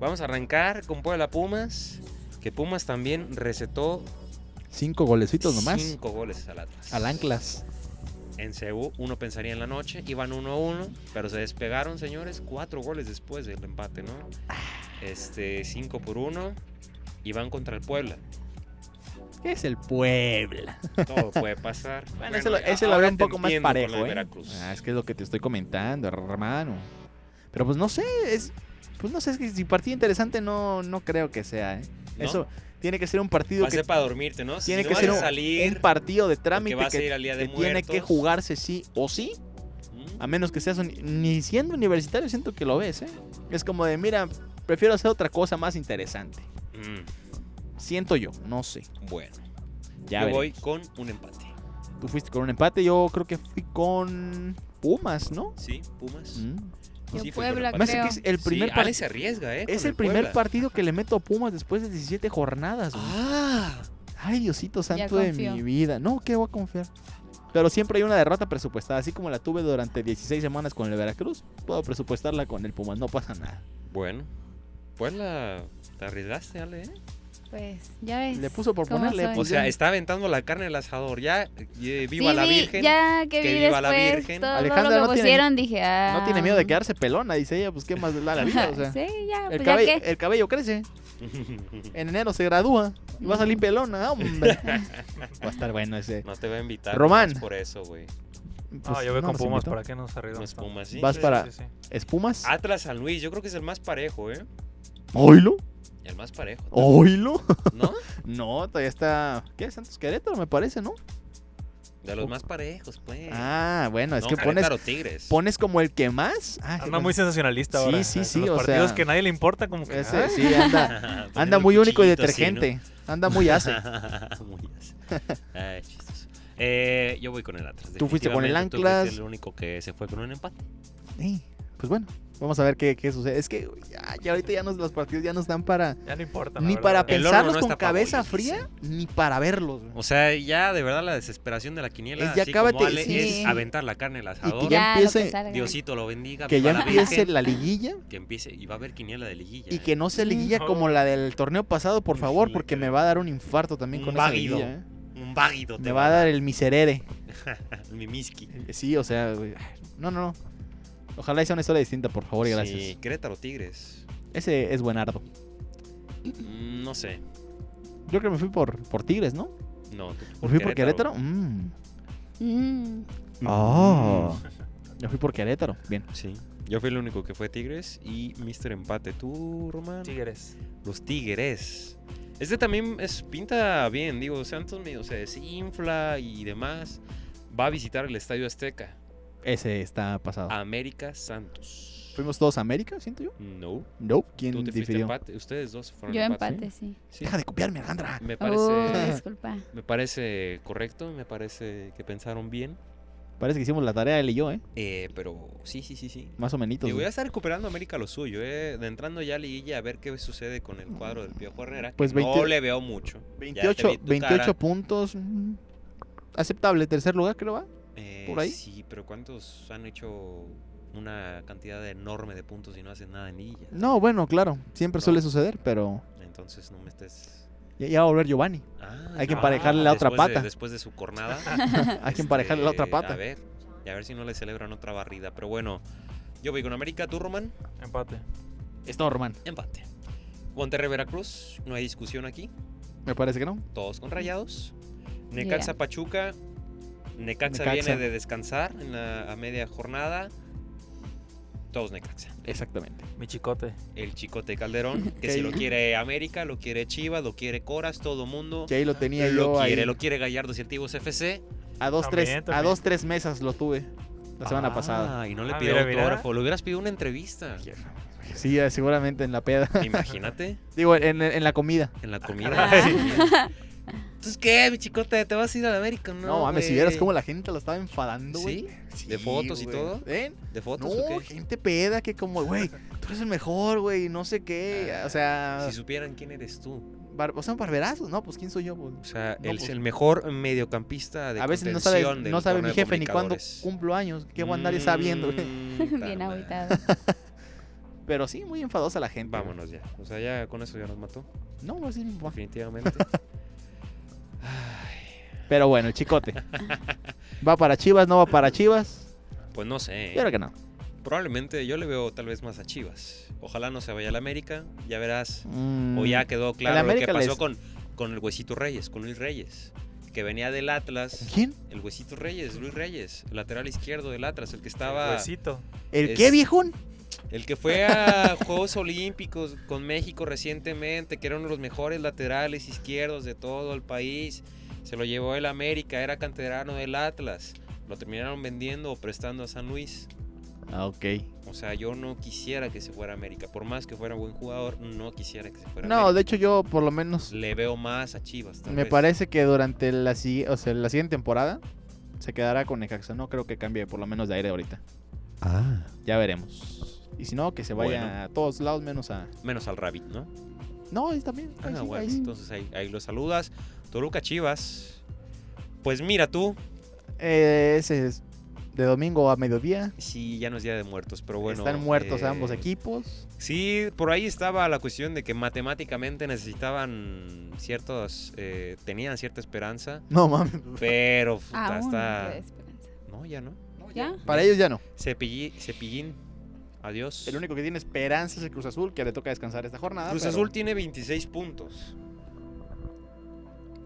Speaker 1: Vamos a arrancar con Puebla Pumas. Que Pumas también recetó
Speaker 4: Cinco golecitos nomás.
Speaker 1: cinco goles al Atlas.
Speaker 4: Al anclas.
Speaker 1: En Cebu, uno pensaría en la noche, iban 1 a 1, pero se despegaron, señores, cuatro goles después del empate, ¿no? Este, 5 por 1, y van contra el Puebla.
Speaker 4: ¿Qué es el Puebla?
Speaker 1: Todo puede pasar.
Speaker 4: Bueno, ese lo,
Speaker 1: ya-
Speaker 4: ese lo
Speaker 1: ahora
Speaker 4: habrá un
Speaker 1: te
Speaker 4: poco más
Speaker 1: entiendo con lo
Speaker 4: parejo,
Speaker 1: de
Speaker 4: ¿eh?
Speaker 1: Veracruz.
Speaker 4: Ah, es que es lo que te estoy comentando, hermano. Pero pues no sé, es. Pues no sé, es que si partido interesante no, no creo que sea, ¿eh?
Speaker 1: ¿No?
Speaker 4: Eso tiene que ser un partido
Speaker 1: Va a
Speaker 4: que
Speaker 1: ser para dormirte, ¿no? Si
Speaker 4: tiene
Speaker 1: no
Speaker 4: que
Speaker 1: vas
Speaker 4: ser
Speaker 1: a
Speaker 4: un,
Speaker 1: salir,
Speaker 4: un partido de trámite
Speaker 1: vas a
Speaker 4: que,
Speaker 1: ir al Día de
Speaker 4: que tiene que
Speaker 1: Muertos.
Speaker 4: jugarse sí o sí,
Speaker 1: ¿Mm?
Speaker 4: a menos que seas un- ni siendo universitario siento que lo ves, ¿eh? Es como de, mira, prefiero hacer otra cosa más interesante.
Speaker 1: Mm,
Speaker 4: Siento yo, no sé.
Speaker 1: bueno,
Speaker 4: Ya
Speaker 1: yo
Speaker 4: veremos.
Speaker 1: voy con un empate.
Speaker 4: Tú fuiste con un empate, yo creo que fui con Pumas, ¿no?
Speaker 1: ¿Sí? Pumas.
Speaker 4: Mm.
Speaker 3: Yo
Speaker 1: Sí, fue
Speaker 3: Puebla,
Speaker 1: con
Speaker 4: Me hace
Speaker 1: empate.
Speaker 3: creo.
Speaker 4: que es el
Speaker 1: Sí,
Speaker 4: primer
Speaker 1: Ale
Speaker 4: partido.
Speaker 1: se arriesga, ¿eh?
Speaker 4: Es
Speaker 1: con
Speaker 4: el primer
Speaker 1: Puebla.
Speaker 4: partido que le meto a Pumas después de 17 jornadas. güey.
Speaker 1: Ah,
Speaker 4: Ay, Diosito santo de mi
Speaker 3: confío.
Speaker 4: vida. No, ¿qué voy a confiar? Pero siempre hay una derrota presupuestada, así como la tuve durante 16 semanas con el Veracruz, puedo presupuestarla con el Pumas, no pasa nada.
Speaker 1: bueno. Puebla, te arriesgaste, Ale, ¿eh?
Speaker 3: Pues, ya ves.
Speaker 4: Le puso por
Speaker 3: cómo
Speaker 4: ponerle,
Speaker 3: soy.
Speaker 1: O
Speaker 4: pues,
Speaker 1: sea, está aventando la carne al asador. Ya, eh, viva
Speaker 3: Sí,
Speaker 1: la
Speaker 3: vi,
Speaker 1: Virgen.
Speaker 3: Ya que,
Speaker 1: que
Speaker 3: vi
Speaker 1: viva la
Speaker 3: después
Speaker 1: Virgen.
Speaker 3: todo
Speaker 4: Alejandra
Speaker 3: lo
Speaker 4: no
Speaker 3: que
Speaker 4: tiene-
Speaker 3: pusieron, dije, ah.
Speaker 4: No tiene miedo de quedarse pelona, dice ella, pues qué más le da la vida, o sea.
Speaker 3: sí, ya,
Speaker 4: El eh,
Speaker 3: pues
Speaker 4: cabello,
Speaker 3: ya que.
Speaker 4: el cabello crece, en enero se gradúa, y va a salir pelona, hombre. va a estar bueno ese.
Speaker 1: no te va a invitar.
Speaker 4: Román.
Speaker 1: nomás Por eso, güey.
Speaker 2: No,
Speaker 4: Pues,
Speaker 2: Ah, yo voy
Speaker 4: no
Speaker 2: con
Speaker 4: nos
Speaker 2: Pumas.
Speaker 4: invitó.
Speaker 2: ¿Para qué nos arriesgamos?
Speaker 1: Más Pumas, ¿sí?
Speaker 4: Vas
Speaker 1: Sí.
Speaker 4: para-
Speaker 2: Sí, sí, sí.
Speaker 4: ¿Espumas?
Speaker 1: Atlas San Luis, yo creo que es el más parejo, ¿eh?
Speaker 4: ¿Oilo?
Speaker 1: El más parejo.
Speaker 4: ¿Oilo?
Speaker 1: ¿No?
Speaker 4: No, todavía está. ¿Qué? Santos Querétaro, me parece, ¿no?
Speaker 1: De los más parejos, pues.
Speaker 4: Ah, bueno, es
Speaker 1: No,
Speaker 4: que pones,
Speaker 1: Querétaro Tigres.
Speaker 4: pones como el que más. Ah,
Speaker 2: Anda muy sensacionalista
Speaker 4: Sí,
Speaker 2: ahora.
Speaker 4: sí,
Speaker 2: En
Speaker 4: sí,
Speaker 2: Los
Speaker 4: o
Speaker 2: partidos
Speaker 4: sea,
Speaker 2: que nadie le importa, como que.
Speaker 4: ese,
Speaker 1: Ah.
Speaker 2: "Ay,
Speaker 4: sí, anda,
Speaker 1: Poner
Speaker 4: anda
Speaker 1: un
Speaker 4: muy único y
Speaker 1: cuchillito así, ¿no?
Speaker 4: detergente. Anda muy ace.
Speaker 1: Muy ace. Ay, chistoso. Eh, yo voy con el Atlas.
Speaker 4: Tú fuiste con el
Speaker 1: definitivamente, tú fuiste
Speaker 4: Anclas.
Speaker 1: el único que se fue con un empate.
Speaker 4: Sí, pues bueno, vamos a ver qué, qué sucede. Es que ya, ya ahorita ya nos, los partidos ya no están para
Speaker 2: Ya no importa. la
Speaker 4: ni
Speaker 2: verdad".
Speaker 4: para
Speaker 1: El horno
Speaker 4: pensarlos
Speaker 1: no
Speaker 4: con
Speaker 1: está pa'
Speaker 4: cabeza
Speaker 1: bollos,
Speaker 4: fría ni para verlos. güey.
Speaker 1: O sea, ya de verdad la desesperación de la quiniela
Speaker 4: Es ya
Speaker 1: así como
Speaker 4: acábate,
Speaker 1: Ale,
Speaker 3: sí.
Speaker 1: es aventar la carne al asador.
Speaker 4: que ya
Speaker 3: lo que
Speaker 4: empiece-
Speaker 3: salga.
Speaker 1: Diosito lo bendiga.
Speaker 4: Que ya
Speaker 1: viva la
Speaker 4: empiece
Speaker 1: Virgen,
Speaker 4: la liguilla
Speaker 1: Que empiece y va a haber quiniela de liguilla.
Speaker 4: y
Speaker 1: ¿eh?
Speaker 4: que no sea liguilla
Speaker 2: No.
Speaker 4: como la del torneo pasado, por favor, porque me va a dar un infarto también con
Speaker 1: Un
Speaker 4: esa
Speaker 1: váguido.
Speaker 4: liguilla. ¿eh?
Speaker 1: Un váguido
Speaker 4: Me va a dar el miserere.
Speaker 1: dar mi miski.
Speaker 4: Eh, Sí, o sea, güey, no, no, no. Ojalá sea una historia distinta, por favor, y Oh, gracias.
Speaker 1: Sí, Querétaro Tigres.
Speaker 4: Ese es buenardo.
Speaker 1: Mm, No sé.
Speaker 4: Yo creo que me fui por, por Tigres, ¿no?
Speaker 1: No, tú
Speaker 4: ¿Me fui por Querétaro? Mm.
Speaker 3: Mm.
Speaker 1: Ah.
Speaker 4: Oh. Yo fui por Querétaro. Bien.
Speaker 1: Sí. Yo fui el único que fue Tigres y Mister Empate. ¿Tú, Román?
Speaker 2: Tigres.
Speaker 1: Los Tigres. Este también es, pinta bien, digo, Santos medio se desinfla y demás. Va a visitar el Estadio Azteca.
Speaker 4: Ese está pasado.
Speaker 1: Ah. América Santos.
Speaker 4: Ah. ¿Fuimos todos a América, siento yo?
Speaker 1: No.
Speaker 4: No.
Speaker 1: Tú
Speaker 4: ¿Quién
Speaker 1: te fuiste
Speaker 4: difirió?
Speaker 1: empate. Ustedes dos fueron
Speaker 3: Yo
Speaker 1: empate.
Speaker 3: empate, sí.
Speaker 1: Sí.
Speaker 4: Deja de copiarme, Alejandra.
Speaker 1: Me
Speaker 3: Oh,
Speaker 1: parece,
Speaker 3: disculpa.
Speaker 1: me parece correcto, me parece que pensaron bien.
Speaker 4: Parece que hicimos la tarea él y yo, ¿eh?
Speaker 1: Eh, pero sí, sí, sí, sí.
Speaker 4: Más o menos.
Speaker 1: Digo, ya está recuperando América lo suyo, eh. De entrando ya a Liguilla a ver qué sucede con el cuadro del Piojo Herrera. que
Speaker 4: Pues
Speaker 1: No
Speaker 4: 20
Speaker 1: le veo mucho. Ya te
Speaker 4: 28,
Speaker 1: vi tu
Speaker 4: 28
Speaker 1: cara.
Speaker 4: puntos. mm, Aceptable. Tercer lugar, creo, va.
Speaker 1: Eh,
Speaker 4: por ahí.
Speaker 1: Sí, pero ¿cuántos han hecho una cantidad enorme de puntos y no hacen nada en Liguilla?
Speaker 4: No, bueno, claro. Siempre
Speaker 1: No.
Speaker 4: suele suceder, pero
Speaker 1: Entonces no me estés.
Speaker 4: ya, ya va a volver Giovanni.
Speaker 1: Ah,
Speaker 4: Hay que
Speaker 1: ya.
Speaker 4: emparejarle la otra
Speaker 1: Después de-
Speaker 4: pata.
Speaker 1: después de su cornada.
Speaker 4: Hay que emparejarle la otra
Speaker 1: este,
Speaker 4: pata.
Speaker 1: A ver, y a ver si no le celebran otra barrida. Pero bueno, yo voy con América, tú, Román.
Speaker 2: Empate.
Speaker 4: Esto, Román.
Speaker 1: Empate. Monterrey Veracruz, no hay discusión aquí.
Speaker 4: Me parece que no.
Speaker 1: Todos con rayados.
Speaker 3: Yeah.
Speaker 1: Necaxa Pachuca. Necaxa,
Speaker 4: Necaxa.
Speaker 1: viene de descansar en la, a media jornada. Todos Necaxa.
Speaker 4: Exactamente.
Speaker 2: Mi chicote.
Speaker 1: El Chicote Calderón, que
Speaker 4: Ok.
Speaker 1: si lo quiere América, lo quiere Chivas, lo quiere Coras, todo mundo.
Speaker 4: Que ahí lo tenía yo
Speaker 1: Lo
Speaker 4: ahí.
Speaker 1: quiere, lo quiere Gallardo y el Tivos FC.
Speaker 4: A dos,
Speaker 2: También,
Speaker 4: tres, a
Speaker 2: también.
Speaker 4: dos, tres mesas lo tuve la semana pasada.
Speaker 1: Ah, Y no le
Speaker 2: Ah,
Speaker 1: pidió
Speaker 2: mira, mira.
Speaker 1: autógrafo, le hubieras pedido una entrevista.
Speaker 4: Sí, eh, seguramente en la peda.
Speaker 1: Imagínate.
Speaker 4: Digo, en, en la comida.
Speaker 1: En
Speaker 2: Ah,
Speaker 1: la comida. Entonces, ¿qué, mi chicote? ¿Te vas a ir a la América? No,
Speaker 4: No, mames, si
Speaker 1: güey?
Speaker 4: vieras cómo la gente lo estaba enfadando, güey.
Speaker 1: ¿Sí? ¿De fotos y
Speaker 4: güey.
Speaker 1: todo?
Speaker 4: ¿Ven?
Speaker 1: ¿De fotos o
Speaker 4: No,
Speaker 1: qué?
Speaker 4: gente peda que como, güey, tú eres el mejor, güey, no sé qué.
Speaker 1: Ah,
Speaker 4: O sea,
Speaker 1: Si supieran quién eres tú.
Speaker 4: bar- o sea, barberazos. No, pues, ¿quién soy yo? pues?
Speaker 1: O sea,
Speaker 4: No,
Speaker 1: el,
Speaker 4: pues.
Speaker 1: el mejor mediocampista de
Speaker 4: A veces no
Speaker 1: contención
Speaker 4: sabe,
Speaker 1: del
Speaker 4: no sabe mi
Speaker 1: torneo de
Speaker 4: jefe ni cuándo
Speaker 1: comunicadores.
Speaker 4: cumplo años. ¿Qué voy a andar ya sabiendo? güey?
Speaker 1: Mm,
Speaker 3: Bien
Speaker 1: ta madre.
Speaker 3: aguitado.
Speaker 4: Pero sí, muy enfadosa la gente. güey.
Speaker 1: Vámonos ya. O sea, ya con eso ya nos mató,
Speaker 4: No, pues, sí, va.
Speaker 1: definitivamente.
Speaker 4: Pero bueno, el chicote. ¿Va para Chivas? ¿No va para Chivas?
Speaker 1: Pues no sé. ¿eh?
Speaker 4: Yo creo que no.
Speaker 1: Probablemente yo le veo tal vez más a Chivas. Ojalá no se vaya a la América. Ya verás.
Speaker 4: Mm,
Speaker 1: O ya quedó claro lo que
Speaker 4: América
Speaker 1: pasó
Speaker 4: les-
Speaker 1: con, con el Huesito Reyes, con Luis Reyes. Que venía del Atlas.
Speaker 4: ¿Quién?
Speaker 1: El Huesito Reyes, Luis Reyes, el lateral izquierdo del Atlas, el que
Speaker 2: El
Speaker 1: estaba.
Speaker 2: huesito.
Speaker 4: ¿El
Speaker 1: Es-
Speaker 4: qué, viejón?
Speaker 1: El que fue a Juegos Olímpicos con México recientemente, que era uno de los mejores laterales izquierdos de todo el país. Se lo llevó el América, era canterano del Atlas. Lo terminaron vendiendo o prestando a San Luis.
Speaker 4: Ah, ok.
Speaker 1: O sea, yo no quisiera que se fuera a América. Por más que fuera buen jugador, no quisiera que se fuera a
Speaker 4: No, de
Speaker 1: América.
Speaker 4: hecho yo por lo menos
Speaker 1: Le veo más a Chivas. tal
Speaker 4: me
Speaker 1: vez.
Speaker 4: parece que durante la, sigui- o sea, la siguiente temporada se quedará con Necaxa. No creo que cambie por lo menos de aire ahorita.
Speaker 1: Ah.
Speaker 4: Ya veremos. Y si no, que se vaya
Speaker 1: Bueno.
Speaker 4: a todos lados menos a... Menos
Speaker 1: Menos al Rabbit, ¿no?
Speaker 4: No, ahí también.
Speaker 1: Ah,
Speaker 4: ahí sí,
Speaker 1: bueno,
Speaker 4: ahí sí.
Speaker 1: entonces ahí, ahí lo saludas. Toluca Chivas. Pues mira tú,
Speaker 4: Eh, ese es de domingo a mediodía.
Speaker 1: sí, ya no es Día de Muertos, pero bueno.
Speaker 4: Están muertos
Speaker 1: eh,
Speaker 4: ambos equipos.
Speaker 1: Sí, por ahí estaba la cuestión de que matemáticamente necesitaban ciertos, eh, tenían cierta esperanza,
Speaker 4: No, mames.
Speaker 1: pero puta,
Speaker 3: Aún no
Speaker 1: hasta...
Speaker 3: te esperanza.
Speaker 1: No, ya no.
Speaker 3: Ah, ¿Ya?
Speaker 4: Para ellos ya no.
Speaker 1: Cepilli- Cepillín, adiós.
Speaker 4: El único que tiene esperanza es el Cruz Azul, que le toca descansar esta jornada.
Speaker 1: Cruz
Speaker 4: Ah, pero-
Speaker 1: Azul tiene 26 puntos.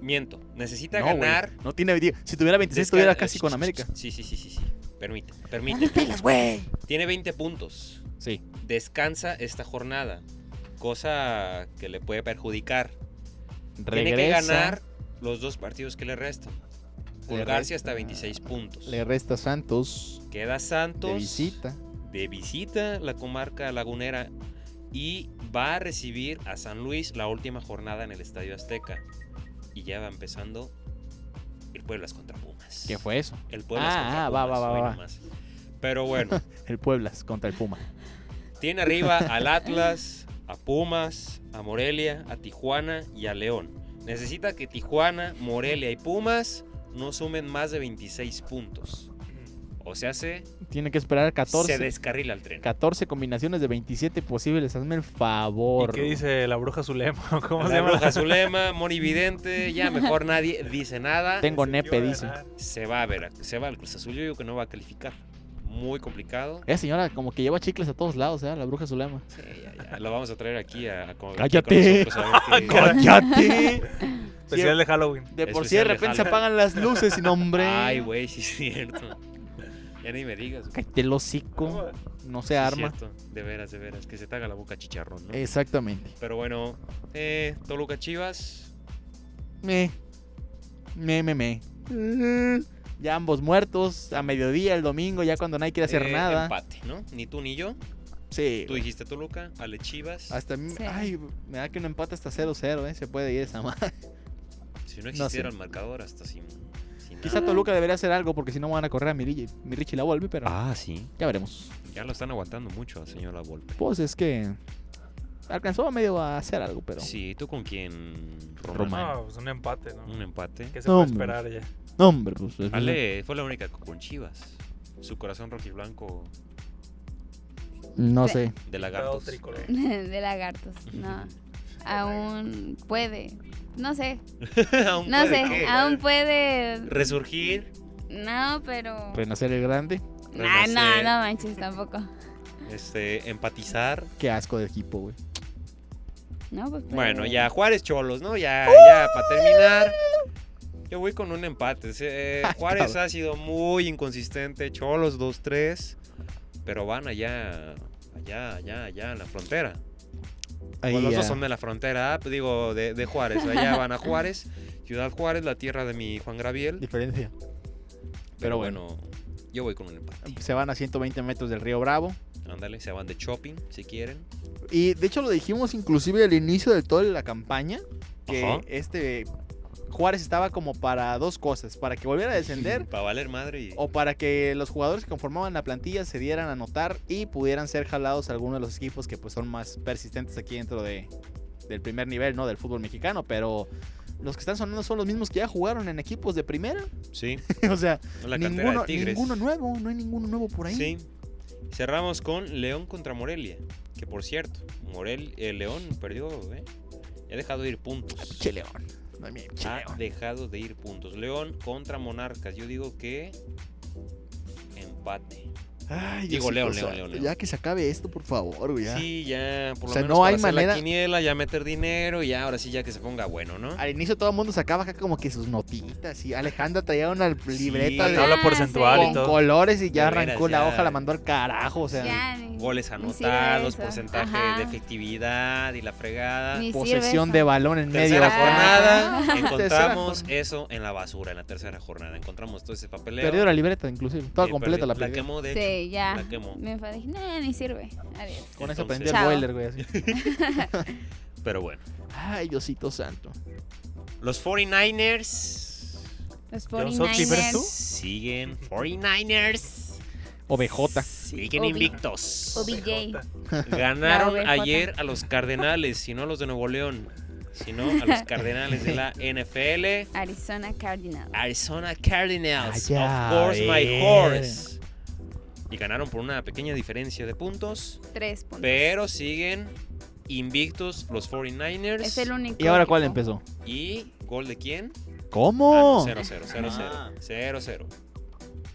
Speaker 1: Miento, necesita
Speaker 4: No, güey,
Speaker 1: ganar...
Speaker 4: No tiene... digo, Si tuviera 26,
Speaker 1: Desca-
Speaker 4: estuviera
Speaker 1: eh,
Speaker 4: casi
Speaker 1: ch-
Speaker 4: con
Speaker 1: ch-
Speaker 4: América.
Speaker 1: ch- Sí, sí, sí, sí, sí. Permite, permite.
Speaker 4: ¡Dale pelas, güey!
Speaker 1: Tiene 20 puntos.
Speaker 4: Sí.
Speaker 1: Descansa esta jornada. Cosa que le puede perjudicar. Tiene que
Speaker 4: Regresa.
Speaker 1: ganar los dos partidos que le restan. colgarse
Speaker 4: resta-
Speaker 1: hasta 26 puntos.
Speaker 4: Le resta Santos
Speaker 1: Queda
Speaker 4: de
Speaker 1: Santos
Speaker 4: visita.
Speaker 1: de visita la comarca lagunera y va a recibir a San Luis la última jornada en el Estadio Azteca. Y ya va empezando el Pueblas contra Pumas.
Speaker 4: ¿Qué fue eso?
Speaker 1: El Pueblas
Speaker 4: Ah,
Speaker 1: contra
Speaker 4: ah, va,
Speaker 1: Pumas.
Speaker 4: va, va,
Speaker 1: hoy
Speaker 4: va.
Speaker 1: nomás. Pero bueno,
Speaker 4: El Pueblas contra el Puma.
Speaker 1: tiene arriba al Atlas, a Pumas, a Morelia, a Tijuana y a León. Necesita que Tijuana, Morelia y Pumas no sumen más de 26 puntos. O sea, se,
Speaker 4: Tiene que esperar
Speaker 1: se
Speaker 4: 14,
Speaker 1: descarrila el tren.
Speaker 4: 14 combinaciones de 27 posibles. Hazme el
Speaker 2: ¿Y
Speaker 4: favor.
Speaker 2: qué dice la bruja Zulema? ¿Cómo se
Speaker 1: La
Speaker 2: llama?
Speaker 1: bruja Zulema, monividente, ya mejor nadie dice nada.
Speaker 4: Tengo
Speaker 2: Decidió
Speaker 4: nepe, dice.
Speaker 2: ganar.
Speaker 1: Se va a ver, se va al Cruz Azul. Yo digo que no va a calificar. Muy complicado.
Speaker 4: Esa señora como que lleva chicles a todos lados, ¿eh? La bruja Zulema.
Speaker 1: Sí, ya, ya, Lo vamos a traer aquí a, a co- aquí
Speaker 4: ¡Cállate!
Speaker 1: con nosotros, a ver qué-
Speaker 4: ¡Cállate!
Speaker 2: Especial de Halloween.
Speaker 4: De por sí
Speaker 1: Especial
Speaker 4: de
Speaker 1: de
Speaker 4: repente se
Speaker 1: Halloween.
Speaker 4: apagan las luces y no, hombre.
Speaker 1: Ay, güey, sí es cierto. Ya ni me digas. güey.
Speaker 4: Cállate el hocico. No se
Speaker 1: Sí es
Speaker 4: arma.
Speaker 1: cierto, De veras, de veras. Que se te haga la boca chicharrón, ¿no?
Speaker 4: Exactamente.
Speaker 1: Pero bueno, eh, Toluca Chivas.
Speaker 4: Me. Me, me, me. Mm. Ya ambos muertos, a mediodía, el domingo, ya cuando nadie quiere hacer
Speaker 1: eh,
Speaker 4: nada.
Speaker 1: Empate, ¿no? Ni tú ni yo.
Speaker 4: Sí.
Speaker 1: Tú dijiste Toluca, Ale Chivas.
Speaker 4: Hasta mí-
Speaker 3: Sí.
Speaker 4: Ay, me da que un empate hasta 0-0, ¿eh? Se puede ir esa madre.
Speaker 1: Si no
Speaker 4: no sé.
Speaker 1: existiera el marcador, hasta sin. sin
Speaker 4: Quizá
Speaker 1: nada.
Speaker 4: Toluca debería hacer algo porque si no van a correr a mi, Rigi- mi Richie la vuelve, pero
Speaker 1: Ah, sí.
Speaker 4: ya veremos.
Speaker 1: Ya lo están aguantando mucho, señora Volpe.
Speaker 4: Pues es que alcanzó a medio a hacer algo, pero
Speaker 1: Sí, ¿tú con quién? Ah,
Speaker 4: Román.
Speaker 2: No, pues un empate, ¿no?
Speaker 1: Un empate.
Speaker 2: ¿Qué se
Speaker 4: No,
Speaker 2: puede
Speaker 4: hombre.
Speaker 2: esperar ya?
Speaker 4: no, hombre, pues es-
Speaker 1: Ale fue la única con Chivas. Su corazón rojiblanco
Speaker 4: no sé.
Speaker 1: de lagartos.
Speaker 2: tricolor.
Speaker 3: de lagartos, no. Aún puede. No sé,
Speaker 1: Aún
Speaker 3: no
Speaker 1: puede
Speaker 3: sé,
Speaker 1: que
Speaker 3: aún puede.
Speaker 1: Resurgir.
Speaker 3: No, pero.
Speaker 4: Renacer el grande,
Speaker 3: Nah, no,
Speaker 1: renacer.
Speaker 3: no manches tampoco.
Speaker 1: Este, empatizar.
Speaker 4: qué asco de equipo, güey.
Speaker 3: No, pues, pero-
Speaker 1: Bueno, ya Juárez Cholos, ¿no? Ya, ya, para terminar. Yo voy con un empate. Se-
Speaker 4: Ah,
Speaker 1: Juárez
Speaker 4: cabrón.
Speaker 1: ha sido muy inconsistente. Cholos 2-3. Pero van allá, allá, allá, allá en la frontera.
Speaker 4: Ahí,
Speaker 1: Bueno, los dos
Speaker 4: ah,
Speaker 1: son de la frontera, ah, digo, de, de Juárez. Allá van a Juárez. Ciudad Juárez, la tierra de mi Juan Graviel.
Speaker 4: diferencia.
Speaker 1: Pero bueno, yo voy con un empate.
Speaker 4: Se van a 120 metros del Río Bravo.
Speaker 1: Ándale, se van de shopping si quieren.
Speaker 4: Y de hecho lo dijimos inclusive al inicio de toda la campaña, que
Speaker 1: Ajá.
Speaker 4: este Juárez estaba como para dos cosas, para que volviera a descender
Speaker 1: Para valer madre y.
Speaker 4: o para que los jugadores que conformaban la plantilla se dieran a notar y pudieran ser jalados a algunos de los equipos que pues son más persistentes aquí dentro de, del primer nivel, ¿no? Del fútbol mexicano, pero los que están sonando son los mismos que ya jugaron en equipos de primera,
Speaker 1: Sí,
Speaker 4: o sea,
Speaker 1: la cantera
Speaker 4: ninguno,
Speaker 1: de Tigres.
Speaker 4: ninguno nuevo, no hay ninguno nuevo por ahí.
Speaker 1: Sí. Cerramos con León contra Morelia. Que por cierto, Morel, eh, León perdió, ¿eh? Ha dejado de ir puntos.
Speaker 4: Che León. Ay, mi che
Speaker 1: Ha
Speaker 4: Ah, León.
Speaker 1: dejado de ir puntos. León contra Monarcas. Yo digo que. Empate.
Speaker 4: Ay,
Speaker 1: Digo, León,
Speaker 4: Diosito
Speaker 1: León, León,
Speaker 4: santo,
Speaker 1: León.
Speaker 4: Ya que se acabe esto, por favor, güey. ya.
Speaker 1: Sí, ya, por lo
Speaker 4: O sea,
Speaker 1: menos
Speaker 4: no
Speaker 1: para
Speaker 4: hay
Speaker 1: hacer la
Speaker 4: manera-
Speaker 1: quiniela, ya meter dinero, ya ahora sí ya que se ponga bueno, ¿no?
Speaker 4: Al inicio todo el mundo sacaba acá como que sus notitas y Alejandra traía una libreta
Speaker 1: Sí,
Speaker 4: de-
Speaker 2: Tabla
Speaker 3: Ah,
Speaker 2: porcentual
Speaker 3: sí.
Speaker 2: y
Speaker 4: con
Speaker 2: todo.
Speaker 4: colores y ya
Speaker 1: De veras,
Speaker 4: arrancó
Speaker 1: ya.
Speaker 4: la hoja, la mandó al carajo, o sea,
Speaker 3: Ya, ni-
Speaker 1: Goles
Speaker 3: ni sirve
Speaker 1: anotados,
Speaker 3: eso.
Speaker 1: porcentaje
Speaker 3: Ajá.
Speaker 1: de efectividad y la fregada.
Speaker 3: Ni sirve
Speaker 4: posesión
Speaker 3: eso.
Speaker 4: de balón en medio.
Speaker 1: tercera
Speaker 3: Ah.
Speaker 1: jornada,
Speaker 4: Tercera
Speaker 1: encontramos
Speaker 4: jornada.
Speaker 1: eso en la basura, en la tercera jornada. Encontramos todo ese papeleo.
Speaker 4: Perdió la libreta inclusive, toda
Speaker 1: Eh,
Speaker 4: completa
Speaker 1: perdió-
Speaker 4: la perdió.
Speaker 1: quemó, de hecho.
Speaker 3: Sí, ya.
Speaker 1: La quemó.
Speaker 3: Me enfadé. dije, Nah, ni sirve. Adiós.
Speaker 4: Con eso
Speaker 1: Entonces-
Speaker 4: prendió el
Speaker 3: Chao.
Speaker 4: boiler, güey, así.
Speaker 1: Pero bueno.
Speaker 4: Ay, Diosito santo.
Speaker 1: Los 49ers
Speaker 3: Los
Speaker 2: John Sochi, ¿pero eres
Speaker 3: 49ers.
Speaker 2: tú?
Speaker 1: siguen. 49ers
Speaker 4: OBJ.
Speaker 1: siguen
Speaker 3: Obi-
Speaker 1: invictos.
Speaker 3: OBJ.
Speaker 1: Ganaron
Speaker 3: La OBJ.
Speaker 1: ayer a los Cardenales, si no a los de Nuevo León, sino a los Cardenales de la NFL.
Speaker 3: Arizona Cardinals.
Speaker 1: Arizona Cardinals,
Speaker 4: Allá,
Speaker 1: of course my
Speaker 4: eh.
Speaker 1: horse. Y ganaron por una pequeña diferencia de puntos,
Speaker 3: Tres puntos.
Speaker 1: pero siguen invictos los 49ers.
Speaker 3: Es el único.
Speaker 4: ¿Y ahora cuál
Speaker 3: equipo.
Speaker 4: empezó?
Speaker 1: ¿Y gol de quién? Ah,
Speaker 4: ¿Cómo?
Speaker 1: 0-0, 0-0,
Speaker 4: Ah.
Speaker 1: 0-0.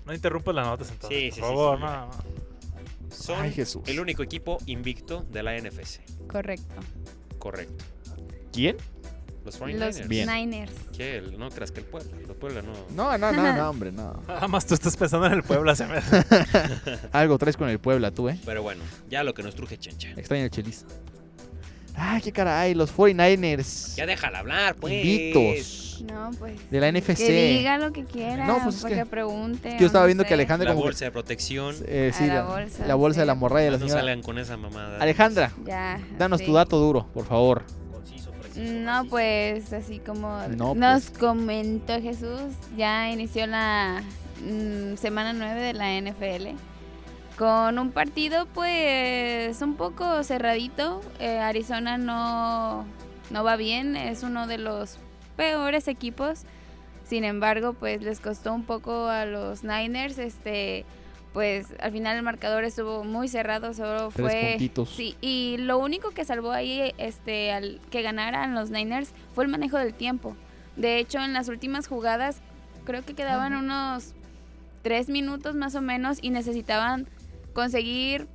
Speaker 2: No interrumpas las notas entonces.
Speaker 1: Sí,
Speaker 2: por
Speaker 1: sí,
Speaker 2: favor,
Speaker 1: sí, sí.
Speaker 2: no, no.
Speaker 1: Son
Speaker 4: Ay, Jesús.
Speaker 1: el único equipo invicto de la NFC.
Speaker 3: Correcto.
Speaker 1: Correcto.
Speaker 4: ¿Quién?
Speaker 1: Los
Speaker 3: Los
Speaker 1: 49ers.
Speaker 4: Bien.
Speaker 3: Niners.
Speaker 1: ¿Qué? El- No creas que el Puebla. El Puebla no.
Speaker 4: No, no, no, no, hombre, no.
Speaker 2: Nada más tú estás pensando en el Puebla, se me
Speaker 4: Algo traes con el Puebla tú, ¿eh?
Speaker 1: Pero bueno, ya lo que nos truje chencha.
Speaker 4: Extraño el Chelis. Ay, qué caray, los 49ers.
Speaker 1: Ya déjala hablar, pues.
Speaker 4: Invictos.
Speaker 3: No, pues.
Speaker 4: de la NFC.
Speaker 3: Que diga lo que quiera.
Speaker 4: No, pues, es
Speaker 3: porque
Speaker 4: que-
Speaker 3: pregunte.
Speaker 4: Yo estaba
Speaker 3: o no
Speaker 4: viendo que
Speaker 3: sé.
Speaker 4: Alejandra
Speaker 1: La
Speaker 4: como que-
Speaker 1: bolsa de protección.
Speaker 4: eh, sí,
Speaker 3: A la
Speaker 4: la,
Speaker 3: bolsa,
Speaker 4: la bolsa de la
Speaker 3: sí.
Speaker 4: morralla de la
Speaker 1: no
Speaker 4: señora.
Speaker 1: salgan con esa mamada.
Speaker 4: Alejandra,
Speaker 3: Ya.
Speaker 4: danos
Speaker 3: sí.
Speaker 4: tu dato duro, por favor.
Speaker 1: Conciso, preciso,
Speaker 3: No,
Speaker 1: conciso.
Speaker 3: pues así como
Speaker 4: No,
Speaker 3: nos comentó Jesús, ya inició la mm, semana 9 de la NFL con un partido pues un poco cerradito. Eh, Arizona no, no va bien, es uno de los peores equipos. Sin embargo, pues les costó un poco a los Niners, este pues al final el marcador estuvo muy cerrado, solo
Speaker 4: Tres
Speaker 3: fue
Speaker 4: puntitos.
Speaker 3: Sí, y lo único que salvó ahí este, al que ganaran los Niners fue el manejo del tiempo. De hecho, en las últimas jugadas creo que quedaban unos tres minutos más o menos y necesitaban conseguir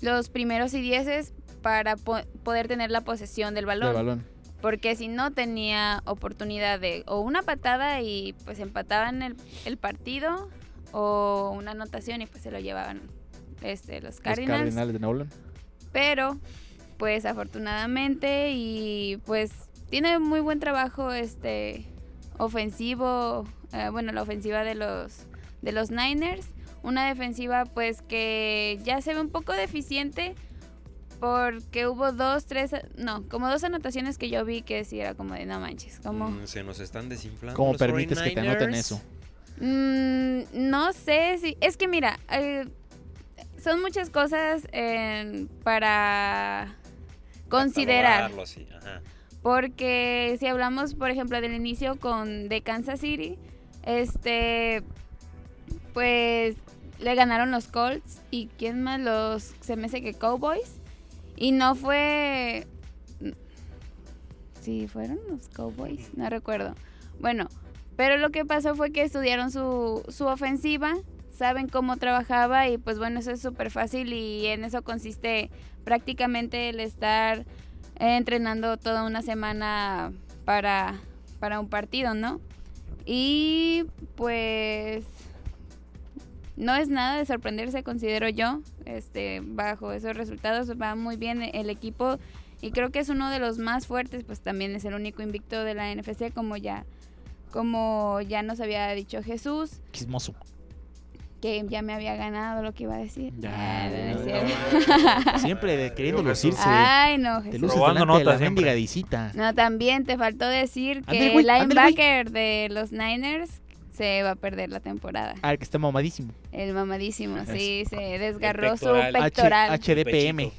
Speaker 3: los primeros y dieces para po- poder tener la posesión del
Speaker 4: del
Speaker 3: balón.
Speaker 4: balón.
Speaker 3: Porque si no tenía oportunidad de o una patada y pues empataban el, el partido o una anotación y pues se lo llevaban este, los
Speaker 4: Los
Speaker 3: Cardinals
Speaker 4: Cardinals de Nolan.
Speaker 3: pero pues afortunadamente y pues tiene muy buen trabajo este ofensivo, eh, bueno, la ofensiva de los de los Niners, una defensiva pues que ya se ve un poco deficiente porque hubo dos, tres, no, como dos anotaciones que yo vi que sí era como de no manches, como
Speaker 1: Mm, se nos están desinflando.
Speaker 4: ¿Cómo
Speaker 1: los
Speaker 4: permites que te anoten
Speaker 1: 49ers?
Speaker 4: eso?
Speaker 3: Mm, no sé si. Es que mira, eh, son muchas cosas en- para considerar.
Speaker 1: Catalogarlo así, ajá.
Speaker 3: Porque si hablamos, por ejemplo, del inicio con de Kansas City, este. Pues le ganaron los Colts y quién más los. Se me hace que Cowboys. Y no fue. Sí, fueron los Cowboys, no recuerdo. Bueno, pero lo que pasó fue que estudiaron su, su ofensiva, saben cómo trabajaba y pues bueno, eso es súper fácil y en eso consiste prácticamente el estar eh, entrenando toda una semana para, para un partido, ¿no? Y pues no es nada de sorprenderse, considero yo, este, bajo esos resultados va muy bien el equipo y creo que es uno de los más fuertes, pues también es el único invicto de la NFC como ya como ya nos había dicho Jesús,
Speaker 4: Chismoso.
Speaker 3: que ya me había ganado lo que iba a decir.
Speaker 4: Ya,
Speaker 3: Ah, no, no es
Speaker 4: ya,
Speaker 3: cierto.
Speaker 4: Siempre de- queriendo
Speaker 2: Digo, Jesús.
Speaker 4: lucirse.
Speaker 3: Ay, no,
Speaker 4: Te
Speaker 3: Ah, Jesús.
Speaker 4: luces
Speaker 2: Robando
Speaker 4: delante de la
Speaker 2: notas siempre.
Speaker 4: mendiga disita.
Speaker 3: No, también te faltó decir que
Speaker 4: Ándale, güey,
Speaker 3: el
Speaker 4: ándale,
Speaker 3: linebacker de los Niners se va a perder la temporada.
Speaker 4: Ah, que está mamadísimo.
Speaker 3: El mamadísimo, sí, se desgarró su
Speaker 1: pectoral.
Speaker 4: H-
Speaker 3: pectoral.
Speaker 4: HDPM.
Speaker 1: Pechito.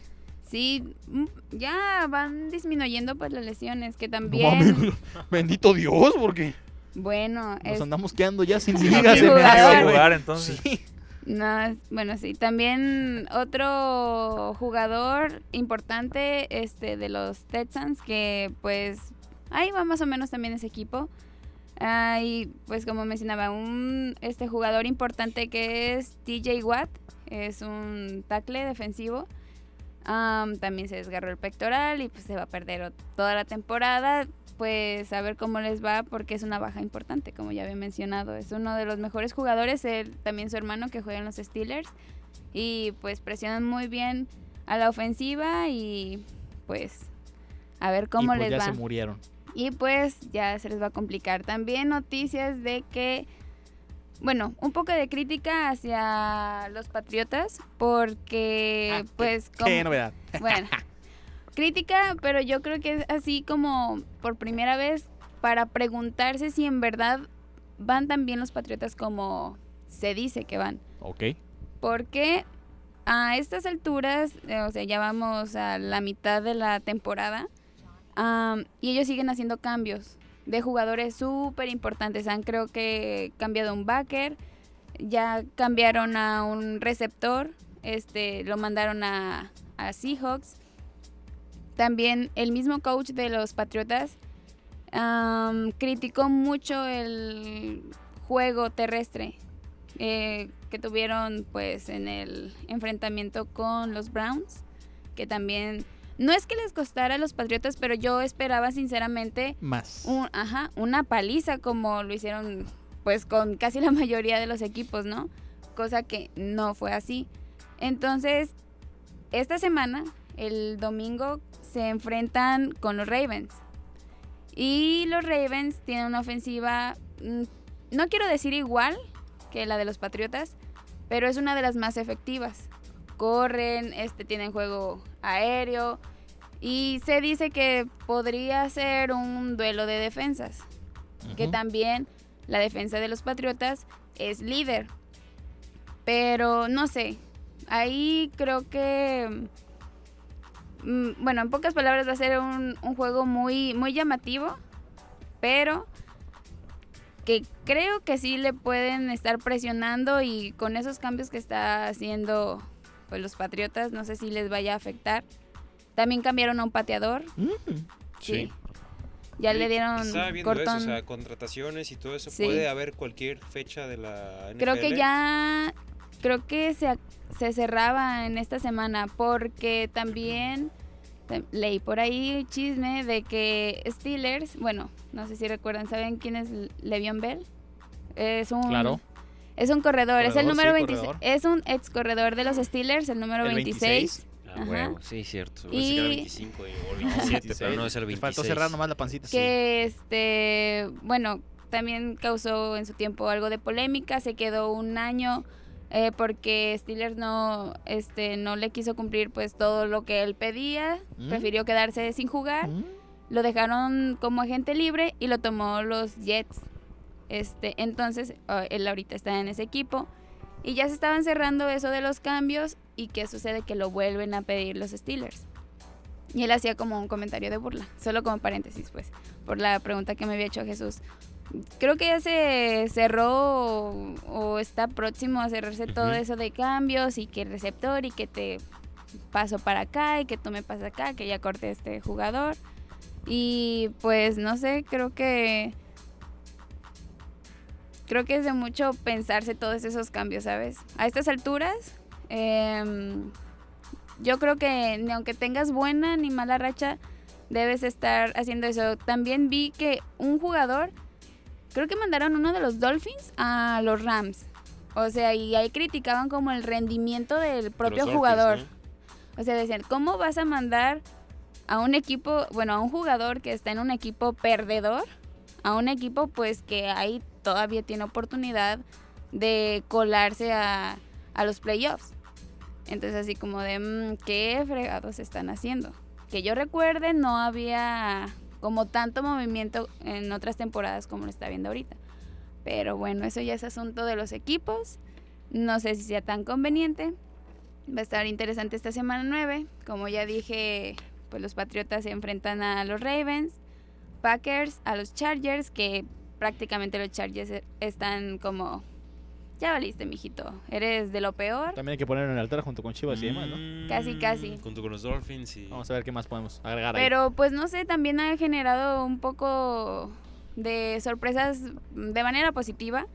Speaker 3: Sí, mm, ya van disminuyendo pues las lesiones, que también,
Speaker 4: Bendito Dios, porque
Speaker 3: bueno,
Speaker 4: nos
Speaker 3: es-
Speaker 4: andamos quedando ya sin
Speaker 3: Sin
Speaker 4: ligas.
Speaker 3: Sí,
Speaker 2: Iba
Speaker 3: jugar.
Speaker 2: a
Speaker 4: NFL,
Speaker 2: jugar,
Speaker 4: güey.
Speaker 2: entonces.
Speaker 4: Sí.
Speaker 3: no, es- bueno, sí, también otro jugador importante este de los Texans que pues ahí va más o menos también ese equipo. Ah, y pues como mencionaba, un este jugador importante que es TJ Watt, es un tackle defensivo. Am, también se desgarró el pectoral y pues se va a perder ot- toda la temporada. Pues a ver cómo les va porque es una baja importante, como ya había mencionado. Es uno de los mejores jugadores, él, también su hermano que juega en los Steelers. Y pues presionan muy bien a la ofensiva y pues a ver cómo
Speaker 4: y pues
Speaker 3: les
Speaker 4: ya
Speaker 3: va.
Speaker 4: se murieron.
Speaker 3: Y pues ya se les va a complicar. También noticias de que, bueno, un poco de crítica hacia los patriotas, porque
Speaker 4: Ah, qué-
Speaker 3: pues
Speaker 4: Qué
Speaker 3: como...
Speaker 4: novedad.
Speaker 3: Bueno, crítica, pero yo creo que es así como por primera vez para preguntarse si en verdad van tan bien los patriotas como se dice que van.
Speaker 4: Ok.
Speaker 3: Porque a estas alturas, eh, o sea, ya vamos a la mitad de la temporada, am, y ellos siguen haciendo cambios de jugadores súper importantes. Han creo que cambiado un backer, ya cambiaron a un receptor, este, lo mandaron a, a Seahawks. También el mismo coach de los Patriotas am, criticó mucho el juego terrestre eh, que tuvieron pues en el enfrentamiento con los Browns, que también no es que les costara a los Patriotas, pero yo esperaba sinceramente
Speaker 4: Más.
Speaker 3: un- ajá, una paliza como lo hicieron pues con casi la mayoría de los equipos, ¿no? Cosa que no fue así. Entonces, esta semana, el domingo, se enfrentan con los Ravens. Y los Ravens tienen una ofensiva, mm, no quiero decir igual que la de los Patriotas, pero es una de las más efectivas. Corren, este, tienen juego aéreo y se dice que podría ser un duelo de defensas, que
Speaker 5: Ujú.
Speaker 3: también la defensa de los Patriotas es líder. Pero no sé, ahí creo que, mm, bueno, en pocas palabras va a ser un, un juego muy, muy llamativo, pero que creo que sí le pueden estar presionando y con esos cambios que está haciendo pues, los Patriotas, no sé si les vaya a afectar. También cambiaron a un pateador,
Speaker 4: Mm.
Speaker 3: sí. Ya le dieron
Speaker 6: Estaba viendo
Speaker 3: cortón.
Speaker 6: eso, o sea, contrataciones y todo eso.
Speaker 3: Sí.
Speaker 6: Puede haber cualquier fecha de la NFL.
Speaker 3: creo que ya creo que se, se cerraba en esta semana porque también te- leí por ahí chisme de que Steelers, bueno, no sé si recuerdan, ¿saben quién es Le'Veon Bell? Es un
Speaker 5: Claro.
Speaker 3: Es un corredor, es el
Speaker 4: Corredor,
Speaker 3: número
Speaker 4: sí,
Speaker 3: 26,
Speaker 4: corredor.
Speaker 3: es un ex corredor de los Steelers, el número
Speaker 4: El
Speaker 1: Ah,
Speaker 3: 26. Ajá.
Speaker 1: huevo, sí, cierto. Pensé que era
Speaker 3: Y-
Speaker 1: 25 y- o 27, pero no es el
Speaker 4: Le
Speaker 1: 26.
Speaker 4: Faltó cerrar nomás la pancita. sí.
Speaker 3: que este bueno también causó en su tiempo algo de polémica se quedó un año eh, porque Steelers no este no le quiso cumplir pues todo lo que él pedía
Speaker 4: Mm.
Speaker 3: prefirió quedarse sin jugar
Speaker 4: Mm.
Speaker 3: lo dejaron como agente libre y lo tomó los Jets este entonces ah, él ahorita está en ese equipo y ya se estaban cerrando eso de los cambios y qué sucede que lo vuelven a pedir los Steelers y él hacía como un comentario de burla, solo como paréntesis, pues, por la pregunta que me había hecho Jesús. Creo que ya se cerró o, o está próximo a cerrarse todo
Speaker 1: Ujú.
Speaker 3: eso de cambios y que el receptor y que te paso para acá y que tú me pasas acá, que ya corte este jugador. Y pues no sé, creo que creo que es de mucho pensarse todos esos cambios, ¿sabes? A estas alturas, em, yo creo que ni aunque tengas buena ni mala racha, debes estar haciendo eso. También vi que un jugador, creo que mandaron uno de los Dolphins a los Rams. O sea, y ahí criticaban como el rendimiento del propio
Speaker 6: Dolphins,
Speaker 3: jugador.
Speaker 6: ¿no?
Speaker 3: O sea, decían, ¿cómo vas a mandar a un equipo, bueno, a un jugador que está en un equipo perdedor, a un equipo pues que ahí todavía tiene oportunidad de colarse a, a los playoffs? Entonces así como de, "Mm, ¿qué fregados están haciendo? Que yo recuerde, no había como tanto movimiento en otras temporadas como lo está viendo ahorita. Pero bueno, eso ya es asunto de los equipos. No sé si sea tan conveniente. Va a estar interesante esta semana 9. Como ya dije, pues los Patriotas se enfrentan a los Ravens, Packers, a los Chargers, que prácticamente los Chargers e- están como, ya valiste, mijito, eres de lo peor.
Speaker 4: También hay que ponerlo en el altar junto con Chivas y demás, ¿no?
Speaker 3: Casi, casi.
Speaker 1: Mm, Junto con los Dolphins y...
Speaker 4: Vamos a ver qué más podemos agregar ahí.
Speaker 3: Pero pues no sé, también ha generado un poco de sorpresas de manera positiva.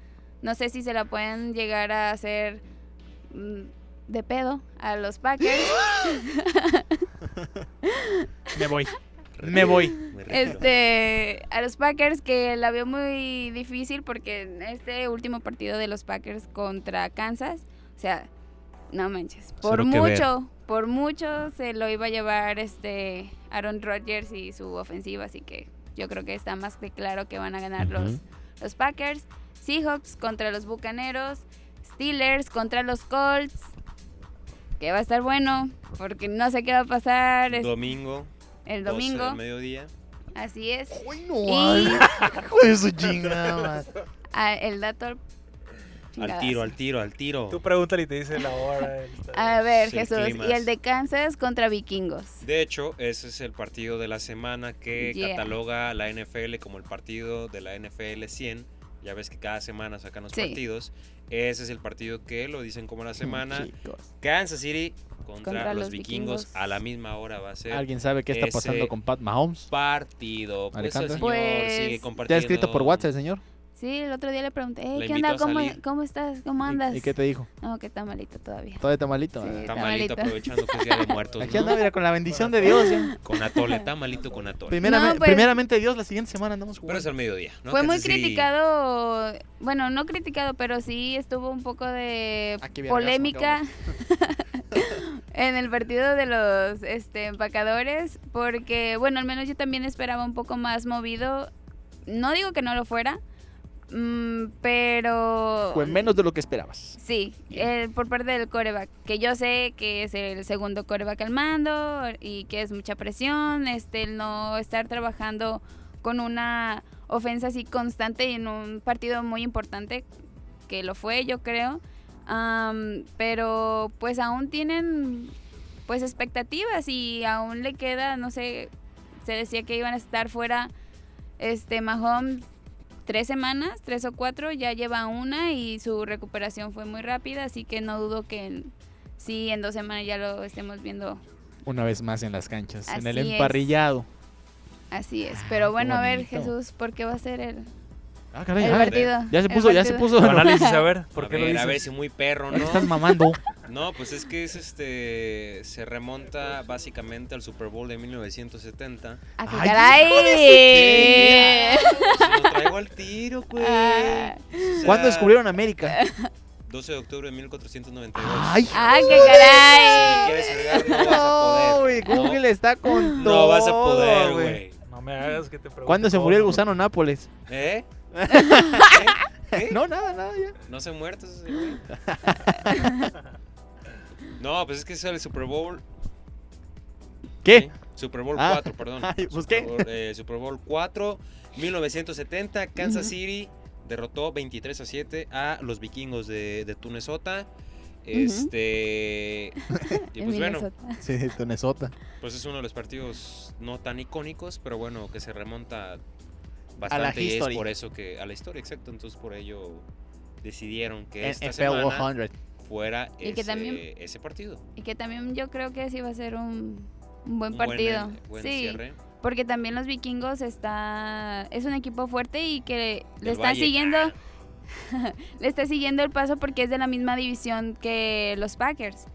Speaker 3: No sé si se la pueden llegar a hacer mm, de pedo a los Packers.
Speaker 4: Me voy. Me voy.
Speaker 1: Me retiro.
Speaker 3: Este, a los Packers que la veo muy difícil porque en este último partido de los Packers contra Kansas, o sea, no manches, por
Speaker 5: Cero que ver.
Speaker 3: mucho, por mucho se lo iba a llevar este Aaron Rodgers y su ofensiva, así que yo creo que está más que claro que van a ganar los,
Speaker 5: Ujú.
Speaker 3: los Packers, Seahawks contra los Bucaneros, Steelers contra los Colts, que va a estar bueno porque no sé qué va a pasar es-
Speaker 6: Domingo.
Speaker 3: el
Speaker 6: 12 del
Speaker 3: domingo,
Speaker 6: mediodía.
Speaker 3: así es.
Speaker 4: Ay, hijo de su chingada.
Speaker 3: Ah, el dato.
Speaker 6: Al
Speaker 3: chingadas.
Speaker 6: tiro, al tiro, al tiro.
Speaker 2: Tú pregúntale y te dice la hora. el-
Speaker 4: Ah,
Speaker 3: A ver,
Speaker 6: Sí,
Speaker 3: Jesús.
Speaker 6: climas.
Speaker 3: Y el de Kansas contra vikingos.
Speaker 6: De hecho, ese es el partido de la semana que
Speaker 3: Yeah.
Speaker 6: cataloga a la NFL como el partido de la NFL 100. Ya ves que cada semana sacan los
Speaker 3: Sí.
Speaker 6: partidos. Ese es el partido que lo dicen como la semana.
Speaker 4: Chicos.
Speaker 6: Kansas City contra,
Speaker 3: Contra
Speaker 6: los,
Speaker 3: los
Speaker 6: vikingos.
Speaker 3: vikingos.
Speaker 6: a la misma hora va a
Speaker 1: eh,
Speaker 6: ser
Speaker 4: ¿Alguien sabe qué está pasando
Speaker 6: Ese-
Speaker 4: con Pat Mahomes?
Speaker 6: partido. Pues el
Speaker 4: Alejandro.
Speaker 6: señor
Speaker 3: Pues,
Speaker 6: sigue
Speaker 4: ¿Te
Speaker 6: compartiendo.
Speaker 4: ha escrito por WhatsApp, señor?
Speaker 3: Sí, el otro día le pregunté, "Ey,
Speaker 6: Le
Speaker 3: ¿qué
Speaker 6: invitó
Speaker 3: onda?
Speaker 6: a
Speaker 3: ¿Cómo,
Speaker 6: salir.
Speaker 3: cómo estás? ¿Cómo
Speaker 4: ¿Y-
Speaker 3: andas?
Speaker 4: ¿Y, qué te dijo?
Speaker 3: No, que está malito todavía.
Speaker 4: Todavía está malito.
Speaker 3: Sí.
Speaker 4: Ah.
Speaker 6: Tamalito
Speaker 3: Tamalito.
Speaker 6: aprovechando que es día de muertos.
Speaker 4: Aquí
Speaker 6: ¿no?
Speaker 1: Pues,
Speaker 4: anda, mira, con la bendición de Dios. ya.
Speaker 6: Con Atole, tamalito con Atole.
Speaker 4: Primerame-
Speaker 3: No, pues-
Speaker 4: Primeramente Dios, la siguiente semana andamos
Speaker 6: Pero
Speaker 4: jugando.
Speaker 6: es al mediodía. ¿no?
Speaker 3: Fue muy
Speaker 6: Kansas City-
Speaker 3: criticado, bueno, no criticado, pero sí estuvo un poco de
Speaker 4: Ah, qué vergazo,
Speaker 3: polémica en el partido de los este, empacadores porque, bueno, al menos yo también esperaba un poco más movido. No digo que no lo fuera, mm, pero...
Speaker 4: Fue menos de lo que esperabas.
Speaker 3: Sí, eh, por parte del coreback, que yo sé que es el segundo coreback al mando y que es mucha presión, este, el no estar trabajando con una ofensa así constante en un partido muy importante, que lo fue yo creo, Am, pero pues aún tienen pues expectativas y aún le queda, no sé, se decía que iban a estar fuera este Mahomes tres semanas, tres o cuatro, ya lleva una y su recuperación fue muy rápida, así que no dudo que en- sí, en dos semanas ya lo estemos viendo.
Speaker 4: Una vez más en las canchas, en el
Speaker 3: Así es.
Speaker 4: emparrillado.
Speaker 3: Así es. Pero bueno, a ver,
Speaker 4: Ah, bonito.
Speaker 3: Jesús, ¿por qué va a ser el,
Speaker 4: Ah, caray,
Speaker 3: el
Speaker 4: ah,
Speaker 3: partido?
Speaker 4: ya se
Speaker 3: El
Speaker 4: puso, ya se
Speaker 3: partido.
Speaker 4: puso.
Speaker 2: Tu análisis, a ver, ¿por
Speaker 1: a
Speaker 2: qué
Speaker 1: ver,
Speaker 2: lo dices?
Speaker 1: a ver si muy perro,
Speaker 4: Te Estás
Speaker 1: ¿no?
Speaker 4: mamando.
Speaker 1: No, pues es que es este. Se remonta básicamente al Super Bowl de 1970.
Speaker 3: ¡Ah, qué
Speaker 4: Ay,
Speaker 3: caray!
Speaker 1: Se Pues lo traigo al tiro, güey.
Speaker 3: Ah.
Speaker 1: O sea,
Speaker 4: ¿Cuándo descubrieron América?
Speaker 1: 12 de octubre de 1492.
Speaker 4: Ay,
Speaker 3: ¡Ah, qué
Speaker 1: Si
Speaker 3: caray!
Speaker 1: quieres fregar, no vas a
Speaker 4: no, güey,
Speaker 1: poder.
Speaker 4: Google está con
Speaker 1: No, no vas a
Speaker 4: todo,
Speaker 1: poder, güey.
Speaker 2: No me hagas que te pregunte.
Speaker 4: ¿Cuándo se
Speaker 2: todo,
Speaker 4: murió el
Speaker 2: ¿no?
Speaker 4: gusano Nápoles?
Speaker 1: ¿Eh? ¿Qué?
Speaker 4: No, nada, nada, ya.
Speaker 1: No se ha muerto ese güey. No, pues es que es el Super Bowl.
Speaker 4: ¿Qué?
Speaker 1: Super Bowl
Speaker 4: Ah.
Speaker 1: 4, perdón.
Speaker 4: Ay, pues,
Speaker 1: Super
Speaker 4: ¿qué?
Speaker 1: Bowl, eh, Super Bowl 4, 1970, Kansas
Speaker 3: Ujú.
Speaker 1: City derrotó 23 a 7 a los vikingos de, de Tunesota. Este. Y
Speaker 3: En
Speaker 1: pues bueno,
Speaker 3: Minnesota.
Speaker 4: Sí, de Tonesota.
Speaker 1: pues es uno de los partidos no tan icónicos, pero bueno, que se remonta bastante. y es
Speaker 4: history.
Speaker 1: por eso que. A la historia, exacto. Entonces por ello decidieron
Speaker 4: Eh,
Speaker 1: que esta
Speaker 4: NFL
Speaker 1: semana
Speaker 4: 100.
Speaker 1: fuera
Speaker 3: Y que
Speaker 1: ese,
Speaker 3: también-
Speaker 1: ese partido.
Speaker 3: Y que también yo creo que sí va a ser un, un buen
Speaker 1: Un
Speaker 3: partido.
Speaker 1: Buen, buen
Speaker 3: sí,
Speaker 1: cierre.
Speaker 3: porque también los vikingos está es un equipo fuerte y que le
Speaker 1: Del
Speaker 3: está
Speaker 1: Valle.
Speaker 3: siguiendo
Speaker 1: Ah,
Speaker 3: le está siguiendo el paso porque es de la misma división que los Packers.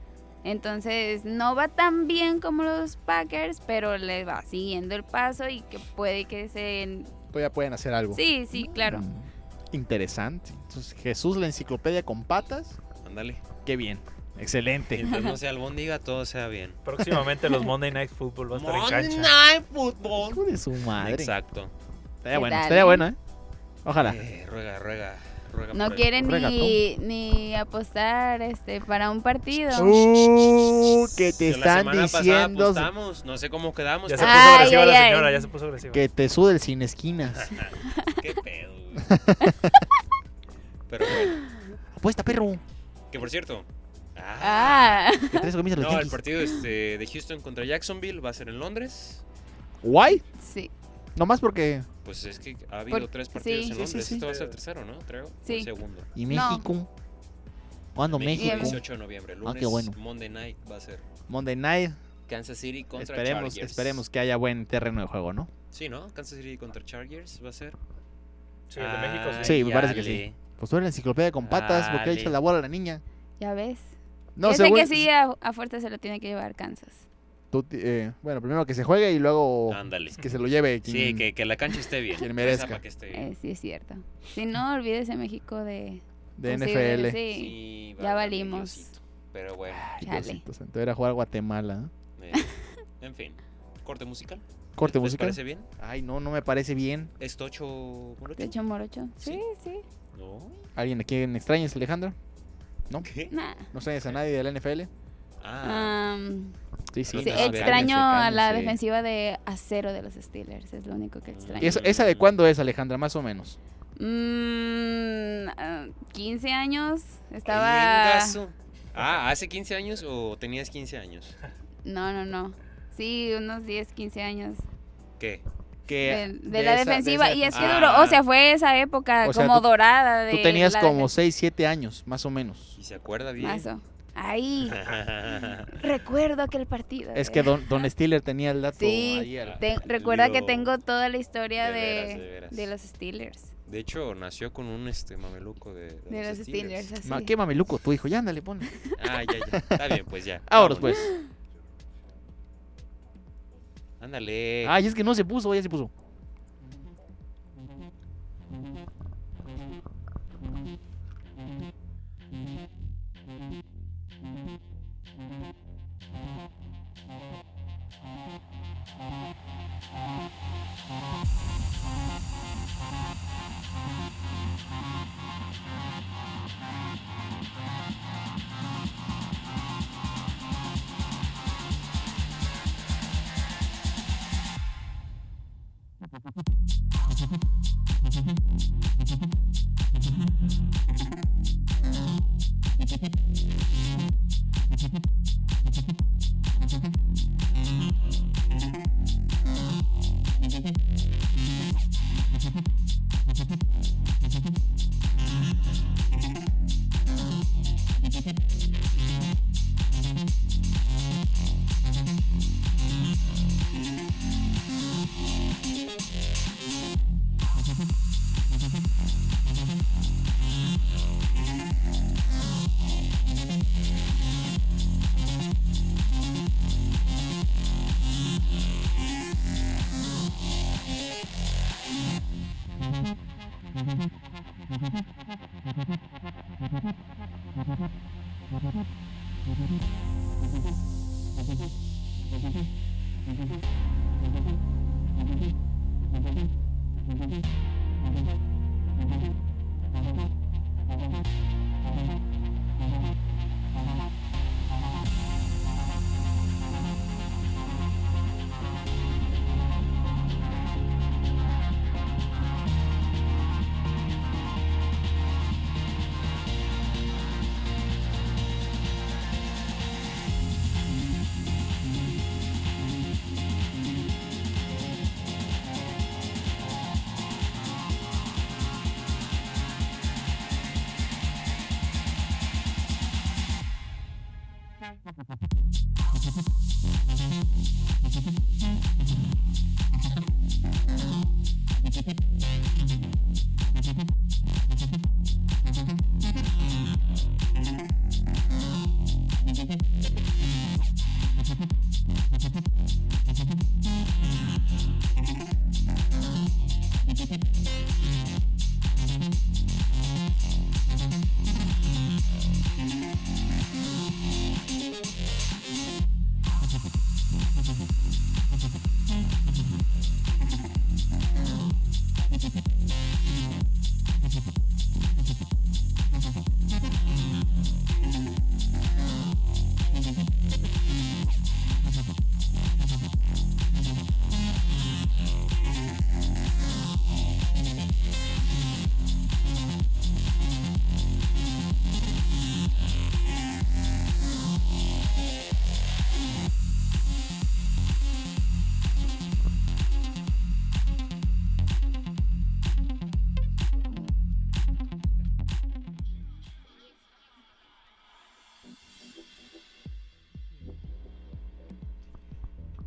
Speaker 3: Entonces no va tan bien como los Packers, pero le va siguiendo el paso y que puede que se...
Speaker 4: Pues ya pueden hacer algo.
Speaker 3: Sí, sí, claro.
Speaker 4: Mm, Interesante. Entonces, Jesús, la enciclopedia con patas.
Speaker 1: Ándale.
Speaker 4: Qué bien. Excelente.
Speaker 1: Mientras no sea albóndiga, todo sea bien.
Speaker 2: Próximamente los Monday Night Football va a estar en
Speaker 1: Monday
Speaker 2: cancha.
Speaker 1: Night Football.
Speaker 4: Hijo de su madre.
Speaker 1: Ah, Exacto.
Speaker 4: Estaría
Speaker 3: ¿Qué
Speaker 4: bueno,
Speaker 3: tal,
Speaker 4: estaría
Speaker 3: eh?
Speaker 4: bueno, ¿eh? Ojalá.
Speaker 1: Eh, ruega, ruega, ruega.
Speaker 3: No
Speaker 1: por él.
Speaker 3: quiere ni,
Speaker 4: Regatón.
Speaker 3: ni apostar este para un partido.
Speaker 4: Uh, que te
Speaker 1: Yo
Speaker 4: están
Speaker 1: la semana
Speaker 4: diciendo
Speaker 1: Pasada apostamos, no sé cómo quedamos.
Speaker 2: Ya se
Speaker 1: pero-
Speaker 2: puso
Speaker 3: Ay,
Speaker 2: agresiva la
Speaker 3: ay, ay.
Speaker 2: señora, ya se puso agresiva.
Speaker 4: que te sude el sin esquinas.
Speaker 1: Qué pedo. güey. Pero bueno,
Speaker 4: Apuesta, perro.
Speaker 1: que por cierto. Ah,
Speaker 3: Ah,
Speaker 4: Que traes camisa de los
Speaker 1: no, el
Speaker 4: Yankees.
Speaker 1: partido este, de Houston contra Jacksonville va a ser en Londres.
Speaker 4: Guay.
Speaker 3: sí.
Speaker 4: Nomás porque.
Speaker 1: Pues es que ha habido
Speaker 3: Por-
Speaker 1: tres
Speaker 3: sí.
Speaker 1: partidos
Speaker 3: Sí,
Speaker 1: en
Speaker 4: sí,
Speaker 1: Londres.
Speaker 4: sí.
Speaker 1: Este va a ser el tercero, ¿no? Creo. o
Speaker 3: Sí.
Speaker 1: El segundo.
Speaker 4: ¿Y
Speaker 3: No.
Speaker 4: México? ¿Cuándo México? Ah,
Speaker 3: México.
Speaker 1: 18 de noviembre, lunes,
Speaker 4: qué bueno.
Speaker 1: Monday night va a ser
Speaker 4: Monday Night.
Speaker 1: Kansas City contra
Speaker 4: Esperemos,
Speaker 1: Chargers.
Speaker 4: esperemos que haya buen terreno de juego, ¿no?
Speaker 1: Sí, ¿no? Kansas City contra Chargers va a ser.
Speaker 2: Sí, el de México sí.
Speaker 4: Ah, Sí. me parece que sí. Pues tú eres la enciclopedia con patas, porque ha dicho
Speaker 1: Dale.
Speaker 4: la bola a la niña.
Speaker 3: Ya ves.
Speaker 4: No
Speaker 3: Yo sé
Speaker 4: güey,
Speaker 3: que sí, a, a fuerza se lo tiene que llevar Kansas.
Speaker 4: tú ti- eh, bueno, primero que se juegue y luego
Speaker 1: Ándale.
Speaker 4: Oh, que se lo lleve. quien-
Speaker 1: Sí, que, que la cancha esté bien.
Speaker 4: Quien
Speaker 1: Esa
Speaker 4: merezca.
Speaker 1: pa' que esté bien.
Speaker 3: Eh, sí, es cierto. Si no, olvídese México de...
Speaker 4: De
Speaker 3: pues, sí,
Speaker 4: NFL.
Speaker 3: Sí,
Speaker 1: Sí,
Speaker 3: ya
Speaker 1: válgame
Speaker 3: valimos.
Speaker 1: Diosito. Pero bueno,
Speaker 4: Ay,
Speaker 3: Chale.
Speaker 4: Diosito santo, era jugar a Guatemala. ¿eh?
Speaker 1: eh, en fin. Corte musical.
Speaker 4: Corte
Speaker 1: ¿Les
Speaker 4: musical.
Speaker 1: parece bien?
Speaker 4: Ay, no, no me parece bien.
Speaker 1: ¿Es Tocho por
Speaker 3: De
Speaker 1: ocho?
Speaker 3: hecho, Morocho. Sí,
Speaker 1: Sí.
Speaker 3: sí.
Speaker 1: No.
Speaker 4: ¿Alguien aquí en extrañas, Alejandro?
Speaker 1: ¿Qué?
Speaker 3: Nah.
Speaker 4: ¿No extrañas a nadie de la NFL?
Speaker 1: Ah,
Speaker 3: Am,
Speaker 4: Sí, sí.
Speaker 3: sí,
Speaker 1: Pero no,
Speaker 4: cálmense,
Speaker 3: extraño a la
Speaker 4: cálmense.
Speaker 3: defensiva de acero de los Steelers. Es lo único
Speaker 1: Mm.
Speaker 3: que extraño.
Speaker 4: ¿Y eso- ¿Esa de cuándo es, Alejandra? Más o menos.
Speaker 3: Mm, ah, 15 años. Estaba...
Speaker 1: Ingazo. Ah, ¿hace 15 años o tenías 15 años?
Speaker 3: No, no, no. Sí, unos 10, 15 años.
Speaker 1: ¿Qué?
Speaker 4: Que
Speaker 3: De, de la
Speaker 4: esa- Eh, de
Speaker 3: defensiva.
Speaker 4: esa
Speaker 3: y es que
Speaker 1: defensiva.
Speaker 3: duró,
Speaker 1: Ah.
Speaker 3: o sea, fue esa época
Speaker 4: O sea,
Speaker 3: como
Speaker 4: tú-
Speaker 3: dorada. De
Speaker 4: Tú tenías
Speaker 3: la
Speaker 4: como 6, 7 años, más o menos.
Speaker 1: ¿Y se acuerda bien?
Speaker 3: defensa. Mazo. Ahí, recuerdo aquel partido.
Speaker 4: Es
Speaker 3: de-
Speaker 4: que Don, Don Stiller tenía el dato
Speaker 3: Sí.
Speaker 4: ayer.
Speaker 3: Te- recuerda que
Speaker 1: Lo-
Speaker 3: tengo toda la historia
Speaker 1: de
Speaker 3: de,
Speaker 1: veras, de veras.
Speaker 3: de los Steelers.
Speaker 1: De hecho, nació con un este mameluco de, de
Speaker 3: De los Steelers, así.
Speaker 4: Ma- Qué mameluco tu hijo, ya ándale, ponle.
Speaker 1: Ah, ya, ya. Está bien, pues ya.
Speaker 4: Ahora
Speaker 1: Vámonos.
Speaker 4: pues.
Speaker 3: Eh.
Speaker 1: Ándale.
Speaker 4: Ay, es que no se puso, ya se puso.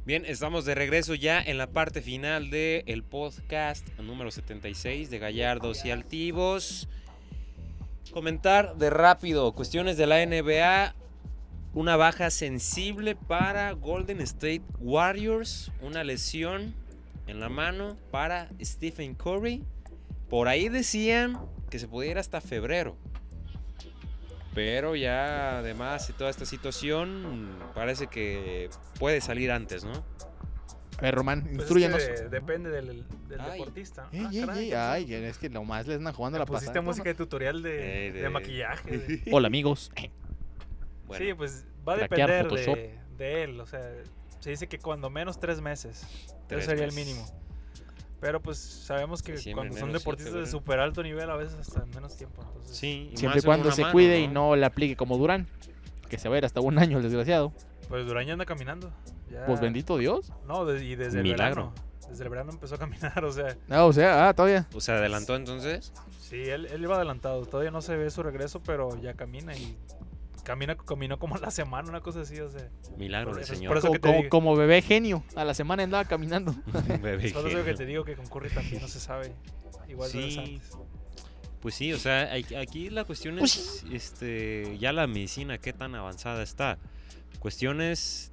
Speaker 1: Bien, estamos de regreso ya en la parte final del el podcast número 76 de Gallardos y Altivos. Comentar de rápido, cuestiones de la NBA. Una baja sensible para Golden State Warriors. Una lesión en la mano para Stephen Curry. Por ahí decían que se pudiera hasta febrero. Pero ya además de toda esta situación parece que puede salir antes, ¿no?
Speaker 4: A ver, Eh, Román,
Speaker 2: Pues es
Speaker 4: instruyenos.
Speaker 2: que depende del, del
Speaker 1: Ay.
Speaker 2: deportista.
Speaker 4: Ey,
Speaker 2: Ah,
Speaker 4: ey,
Speaker 2: caray,
Speaker 4: ey,
Speaker 2: ¿qué pasó?
Speaker 4: ay, es que nomás le andan jugando la
Speaker 2: Pusiste
Speaker 4: pasada.
Speaker 2: música de tutorial de,
Speaker 1: Eh,
Speaker 2: de
Speaker 1: de-
Speaker 2: maquillaje. de-
Speaker 4: Hola, amigos.
Speaker 1: Bueno,
Speaker 2: Sí, pues va a
Speaker 4: Craquear
Speaker 2: depender
Speaker 4: Photoshop.
Speaker 2: de, de él. O sea, se dice que cuando menos tres meses.
Speaker 1: Tres
Speaker 2: Eso sería el
Speaker 1: meses.
Speaker 2: mínimo. Pero pues sabemos que
Speaker 1: Diciembre,
Speaker 2: cuando son
Speaker 1: enero, sí,
Speaker 2: deportistas de
Speaker 1: febrero.
Speaker 2: súper alto nivel, a veces hasta menos tiempo. Entonces,
Speaker 1: sí, y
Speaker 4: Siempre y
Speaker 1: más en
Speaker 4: cuando
Speaker 1: una
Speaker 4: se
Speaker 1: mano,
Speaker 4: cuide y no la aplique como Durán. Que se va a ir hasta un año el desgraciado.
Speaker 2: Pues Durán ya anda caminando. ya-
Speaker 4: Pues bendito Dios.
Speaker 2: No, de- y desde el
Speaker 1: Milagro.
Speaker 2: verano. Desde el verano empezó a caminar. O sea,
Speaker 4: No, o sea, ah, todavía.
Speaker 1: O sea, Pues, adelantó entonces.
Speaker 2: sí, él, él iba adelantado. Todavía no se ve su regreso, pero ya camina y camina caminó como la semana, una cosa así. O sea,
Speaker 1: Milagro
Speaker 2: Por
Speaker 1: del
Speaker 2: eso es-
Speaker 1: Señor.
Speaker 2: por eso-
Speaker 4: Co-
Speaker 2: que te
Speaker 4: como,
Speaker 2: digo.
Speaker 4: como bebé genio. A la semana andaba caminando.
Speaker 1: Bebé
Speaker 2: solo es lo que
Speaker 1: genio.
Speaker 2: te digo que con Curry también no se sabe. Igual de
Speaker 1: Sí.
Speaker 2: antes.
Speaker 1: Pues sí, o sea, hay- aquí la cuestión es
Speaker 4: Pues
Speaker 1: este, ya la medicina, qué tan avanzada está. Cuestiones,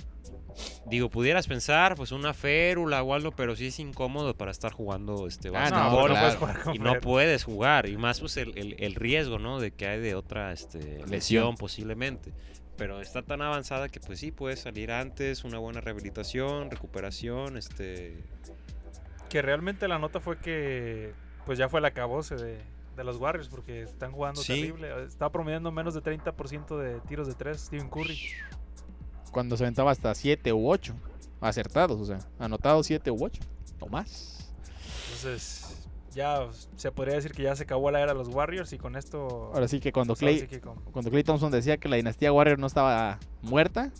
Speaker 1: digo, pudieras pensar, pues una férula o algo, pero sí es incómodo para estar jugando este
Speaker 4: Ah, no,
Speaker 1: básquetbol.
Speaker 4: claro.
Speaker 2: puedes jugar con
Speaker 1: y no
Speaker 2: Fer.
Speaker 1: puedes jugar y más pues el, el- el riesgo no de que hay de otra este, lesión,
Speaker 4: Lesión.
Speaker 1: posiblemente pero está tan avanzada que pues sí puedes salir antes una buena rehabilitación recuperación este
Speaker 2: Que realmente la nota fue que pues ya fue el acabose de, de los Warriors porque están jugando
Speaker 1: Sí.
Speaker 2: terrible. Está promediando menos de 30% de tiros de tres Steven Curry.
Speaker 4: Cuando se aventaba hasta 7 u 8. Acertados, o sea, anotados 7 u 8. O más.
Speaker 2: Entonces ya se podría decir que ya se acabó la era de los Warriors y con esto...
Speaker 4: Ahora sí que cuando
Speaker 2: pues, ahora
Speaker 4: Clay,
Speaker 2: sí que, con-
Speaker 4: cuando Clay Thompson decía que la dinastía Warrior no estaba muerta,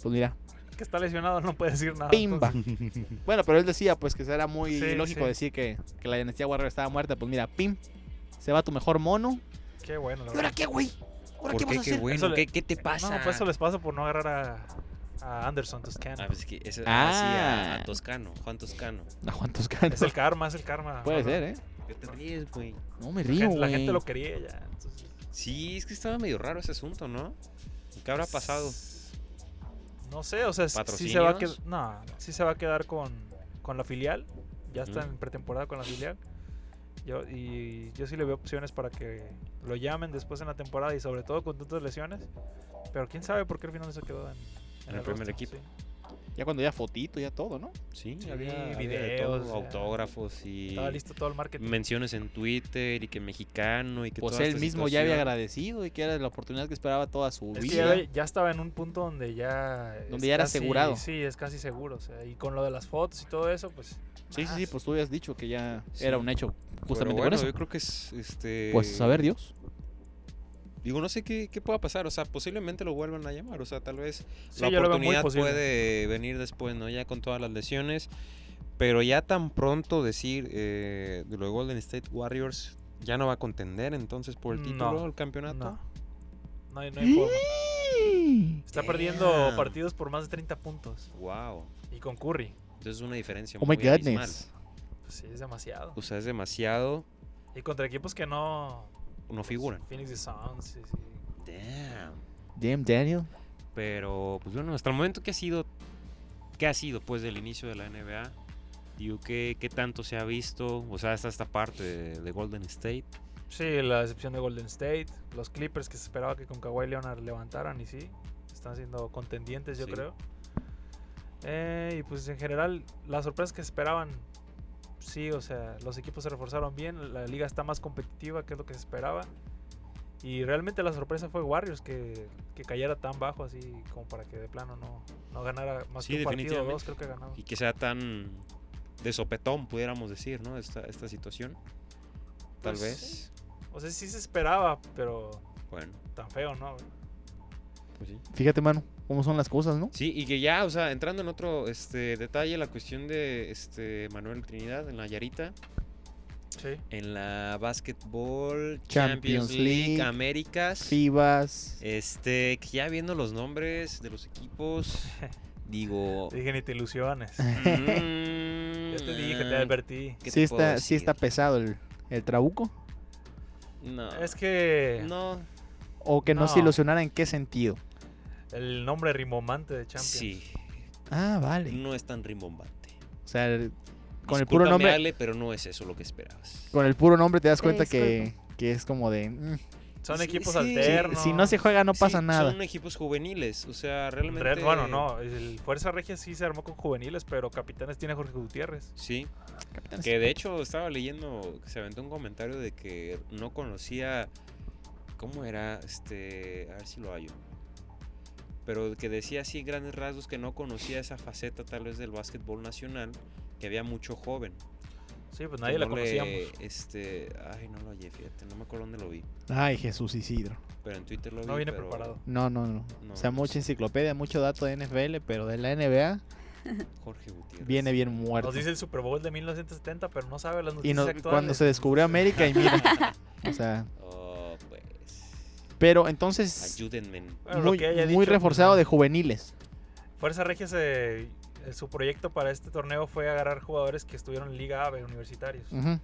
Speaker 4: pues mira,
Speaker 2: que está lesionado no puede decir nada.
Speaker 4: pimba.
Speaker 2: Ah, entonces,
Speaker 4: Bueno, pero él decía pues que era muy
Speaker 2: Sí,
Speaker 4: lógico
Speaker 2: sí.
Speaker 4: decir que, que la dinastía Warrior estaba muerta. Pues mira, pim, se va tu mejor mono.
Speaker 2: qué bueno. la
Speaker 4: ¿Y ahora
Speaker 2: verdad.
Speaker 4: qué, güey? ¿Ahora
Speaker 1: ¿por
Speaker 4: qué
Speaker 1: qué
Speaker 4: vas a
Speaker 1: qué
Speaker 4: hacer?
Speaker 1: bueno
Speaker 2: Eso le-
Speaker 1: ¿Qué, qué te pasa
Speaker 2: No, pues eso les pasa por no agarrar a, a Anderson Toscano.
Speaker 1: Ah, pues, que ese- ah, sí, a- a,
Speaker 4: Ah.
Speaker 1: Toscano Juan Toscano
Speaker 4: No, Juan Toscano.
Speaker 2: Es el karma, es el karma.
Speaker 4: Puede
Speaker 2: ¿no?
Speaker 4: ser, ¿eh?
Speaker 1: ¿Qué te ríes güey
Speaker 4: No me
Speaker 2: La
Speaker 4: río,
Speaker 2: gente, la
Speaker 4: güey.
Speaker 2: gente lo quería ya. entonces-
Speaker 1: sí es que estaba medio raro ese asunto no qué habrá pasado
Speaker 2: No sé, o sea, si si se va a quedar,
Speaker 1: ¿Patrocinios?
Speaker 2: no, si se va a quedar con, con la filial. Ya está
Speaker 1: Mm.
Speaker 2: en pretemporada con la filial. Yo, y yo sí le veo opciones para que lo llamen después en la temporada y sobre todo con tantas lesiones. Pero quién sabe por qué al final no se quedó en,
Speaker 1: En el primer
Speaker 2: roster,
Speaker 1: equipo.
Speaker 2: sí.
Speaker 4: Ya cuando ya fotito, ya todo, ¿no?
Speaker 1: Sí,
Speaker 2: Sí,
Speaker 1: había, había de
Speaker 2: videos,
Speaker 1: todo,
Speaker 2: ya.
Speaker 1: autógrafos y
Speaker 2: Estaba listo todo el marketing.
Speaker 1: menciones en Twitter y que mexicano y que
Speaker 4: Pues
Speaker 1: toda
Speaker 4: él
Speaker 1: esta
Speaker 4: mismo ya había
Speaker 1: situación.
Speaker 4: agradecido y que era la oportunidad que esperaba toda su
Speaker 2: Es que
Speaker 4: vida.
Speaker 2: ya, ya estaba en un punto donde ya.
Speaker 4: Donde
Speaker 2: es
Speaker 4: ya era
Speaker 2: casi-
Speaker 4: asegurado.
Speaker 2: Sí, es casi seguro. o sea, y con lo de las fotos y todo eso, pues.
Speaker 4: Sí, sí, sí,
Speaker 2: más.
Speaker 4: pues tú habías dicho que ya
Speaker 1: Sí.
Speaker 4: era un hecho justamente
Speaker 1: Pero bueno,
Speaker 4: por eso.
Speaker 1: Yo creo que es este.
Speaker 4: Pues a ver, Dios.
Speaker 1: Digo, no sé qué, qué pueda pasar. O sea, posiblemente lo vuelvan a llamar. O sea, tal vez
Speaker 2: Sí,
Speaker 1: la
Speaker 2: yo lo veo muy
Speaker 1: oportunidad
Speaker 2: posible.
Speaker 1: puede venir después, ¿no? Ya con todas las lesiones. Pero ya tan pronto decir eh, de los Golden State Warriors ya no va a contender entonces por el
Speaker 2: No.
Speaker 1: título, el campeonato.
Speaker 2: No. No hay, no hay forma. Está
Speaker 1: Damn.
Speaker 2: perdiendo partidos por más de 30 puntos.
Speaker 1: Wow.
Speaker 2: Y con Curry.
Speaker 1: Entonces es una diferencia
Speaker 4: Oh my
Speaker 1: muy abismal.
Speaker 4: goodness.
Speaker 2: Pues sí, es demasiado.
Speaker 1: O sea, es demasiado.
Speaker 2: Y contra equipos que no. pues,
Speaker 1: No figuran.
Speaker 2: Phoenix y Suns. sí, sí.
Speaker 1: Damn.
Speaker 4: Damn, Daniel.
Speaker 1: Pero, pues bueno, hasta el momento, ¿qué ha sido? ¿Qué ha sido, pues, del inicio de la NBA? Digo, ¿qué, qué tanto se ha visto? O sea, hasta esta parte de, de Golden State.
Speaker 2: Sí, la decepción de Golden State, los Clippers que se esperaba que con Kawhi Leonard levantaran y sí, están siendo contendientes yo
Speaker 1: Sí.
Speaker 2: creo. Eh, y pues en general las sorpresas que esperaban, sí, o sea, los equipos se reforzaron bien, la liga está más competitiva que es lo que se esperaba. Y realmente la sorpresa fue Warriors que, que cayera tan bajo así como para que de plano no, no ganara más
Speaker 1: Sí,
Speaker 2: que un partido o
Speaker 1: definitivamente.
Speaker 2: dos creo que ganaba.
Speaker 1: Y que sea tan de sopetón, pudiéramos decir, ¿no? Esta, esta situación. Tal
Speaker 2: Pues,
Speaker 1: vez.
Speaker 2: O sea, sí se esperaba, pero
Speaker 1: Bueno,
Speaker 2: tan feo, ¿no?
Speaker 1: pues sí.
Speaker 4: Fíjate, mano, cómo son las cosas, ¿no?
Speaker 1: Sí, y que ya, o sea, entrando en otro este, detalle, la cuestión de este, Manuel Trinidad en la Yarita.
Speaker 2: Sí.
Speaker 1: En la Basketball
Speaker 4: Champions
Speaker 1: Champions, League,
Speaker 4: League,
Speaker 1: Américas.
Speaker 4: Fibas.
Speaker 1: Este, que ya viendo los nombres de los equipos, digo.
Speaker 2: Dije ni te ilusiones.
Speaker 1: mm,
Speaker 2: Ya te dije, te advertí.
Speaker 1: ¿qué
Speaker 4: sí,
Speaker 1: te puedo
Speaker 4: está, sí está
Speaker 1: decir?
Speaker 4: pesado el, el trabuco.
Speaker 1: No.
Speaker 2: Es que
Speaker 1: No.
Speaker 4: O que no, se
Speaker 2: No.
Speaker 4: ilusionara en qué sentido.
Speaker 2: el nombre rimomante de Champions.
Speaker 1: Sí.
Speaker 4: Ah, vale.
Speaker 1: No es tan rimbombante.
Speaker 4: O sea, el- con el puro
Speaker 1: Discúlpame,
Speaker 4: nombre.
Speaker 1: Ale, pero no es eso lo que esperabas.
Speaker 4: Con el puro nombre te das
Speaker 3: Te
Speaker 4: cuenta que, que es como de. mm,
Speaker 2: Son
Speaker 1: Sí,
Speaker 2: equipos
Speaker 1: sí. Sí,
Speaker 2: alternos.
Speaker 4: si no se juega, no pasa
Speaker 1: Sí,
Speaker 4: nada.
Speaker 1: Son equipos juveniles. O sea, realmente.
Speaker 2: Red- bueno, no. El Fuerza Regia sí se armó con juveniles, pero capitanes tiene a Jorge Gutiérrez.
Speaker 1: Sí. Que de hecho estaba leyendo, que se aventó un comentario de que no conocía cómo era, este, a ver si lo hallo. Pero que decía así grandes rasgos que no conocía esa faceta tal vez del básquetbol nacional, que había mucho joven. que
Speaker 2: Sí, pues nadie la
Speaker 1: no le-
Speaker 2: conocíamos.
Speaker 1: este, ay, no lo hallé, fíjate, no me acuerdo dónde lo vi,
Speaker 4: Ay, Jesús Isidro.
Speaker 1: pero en Twitter lo vi.
Speaker 2: No viene
Speaker 1: pero
Speaker 2: preparado.
Speaker 4: No, no, no.
Speaker 1: No,
Speaker 4: O sea,
Speaker 1: no
Speaker 4: mucha
Speaker 1: sé.
Speaker 4: enciclopedia, mucho dato de NFL, pero de la NBA
Speaker 1: Jorge Gutiérrez.
Speaker 4: viene bien muerto.
Speaker 2: Nos dice el Super Bowl de 1970, pero no sabe las
Speaker 4: Y
Speaker 2: noticias
Speaker 4: no-
Speaker 2: actuales.
Speaker 4: cuando se descubrió América, y mira. o sea,
Speaker 1: Oh, pues,
Speaker 4: pero entonces.
Speaker 1: ayúdenme.
Speaker 2: Bueno, lo
Speaker 4: muy
Speaker 2: que haya
Speaker 4: muy
Speaker 2: dicho,
Speaker 4: reforzado
Speaker 2: pues,
Speaker 4: de juveniles.
Speaker 2: Fuerza Regia se- eh, Su proyecto para este torneo fue agarrar jugadores que estuvieron en Liga AVE universitarios.
Speaker 4: Ujú.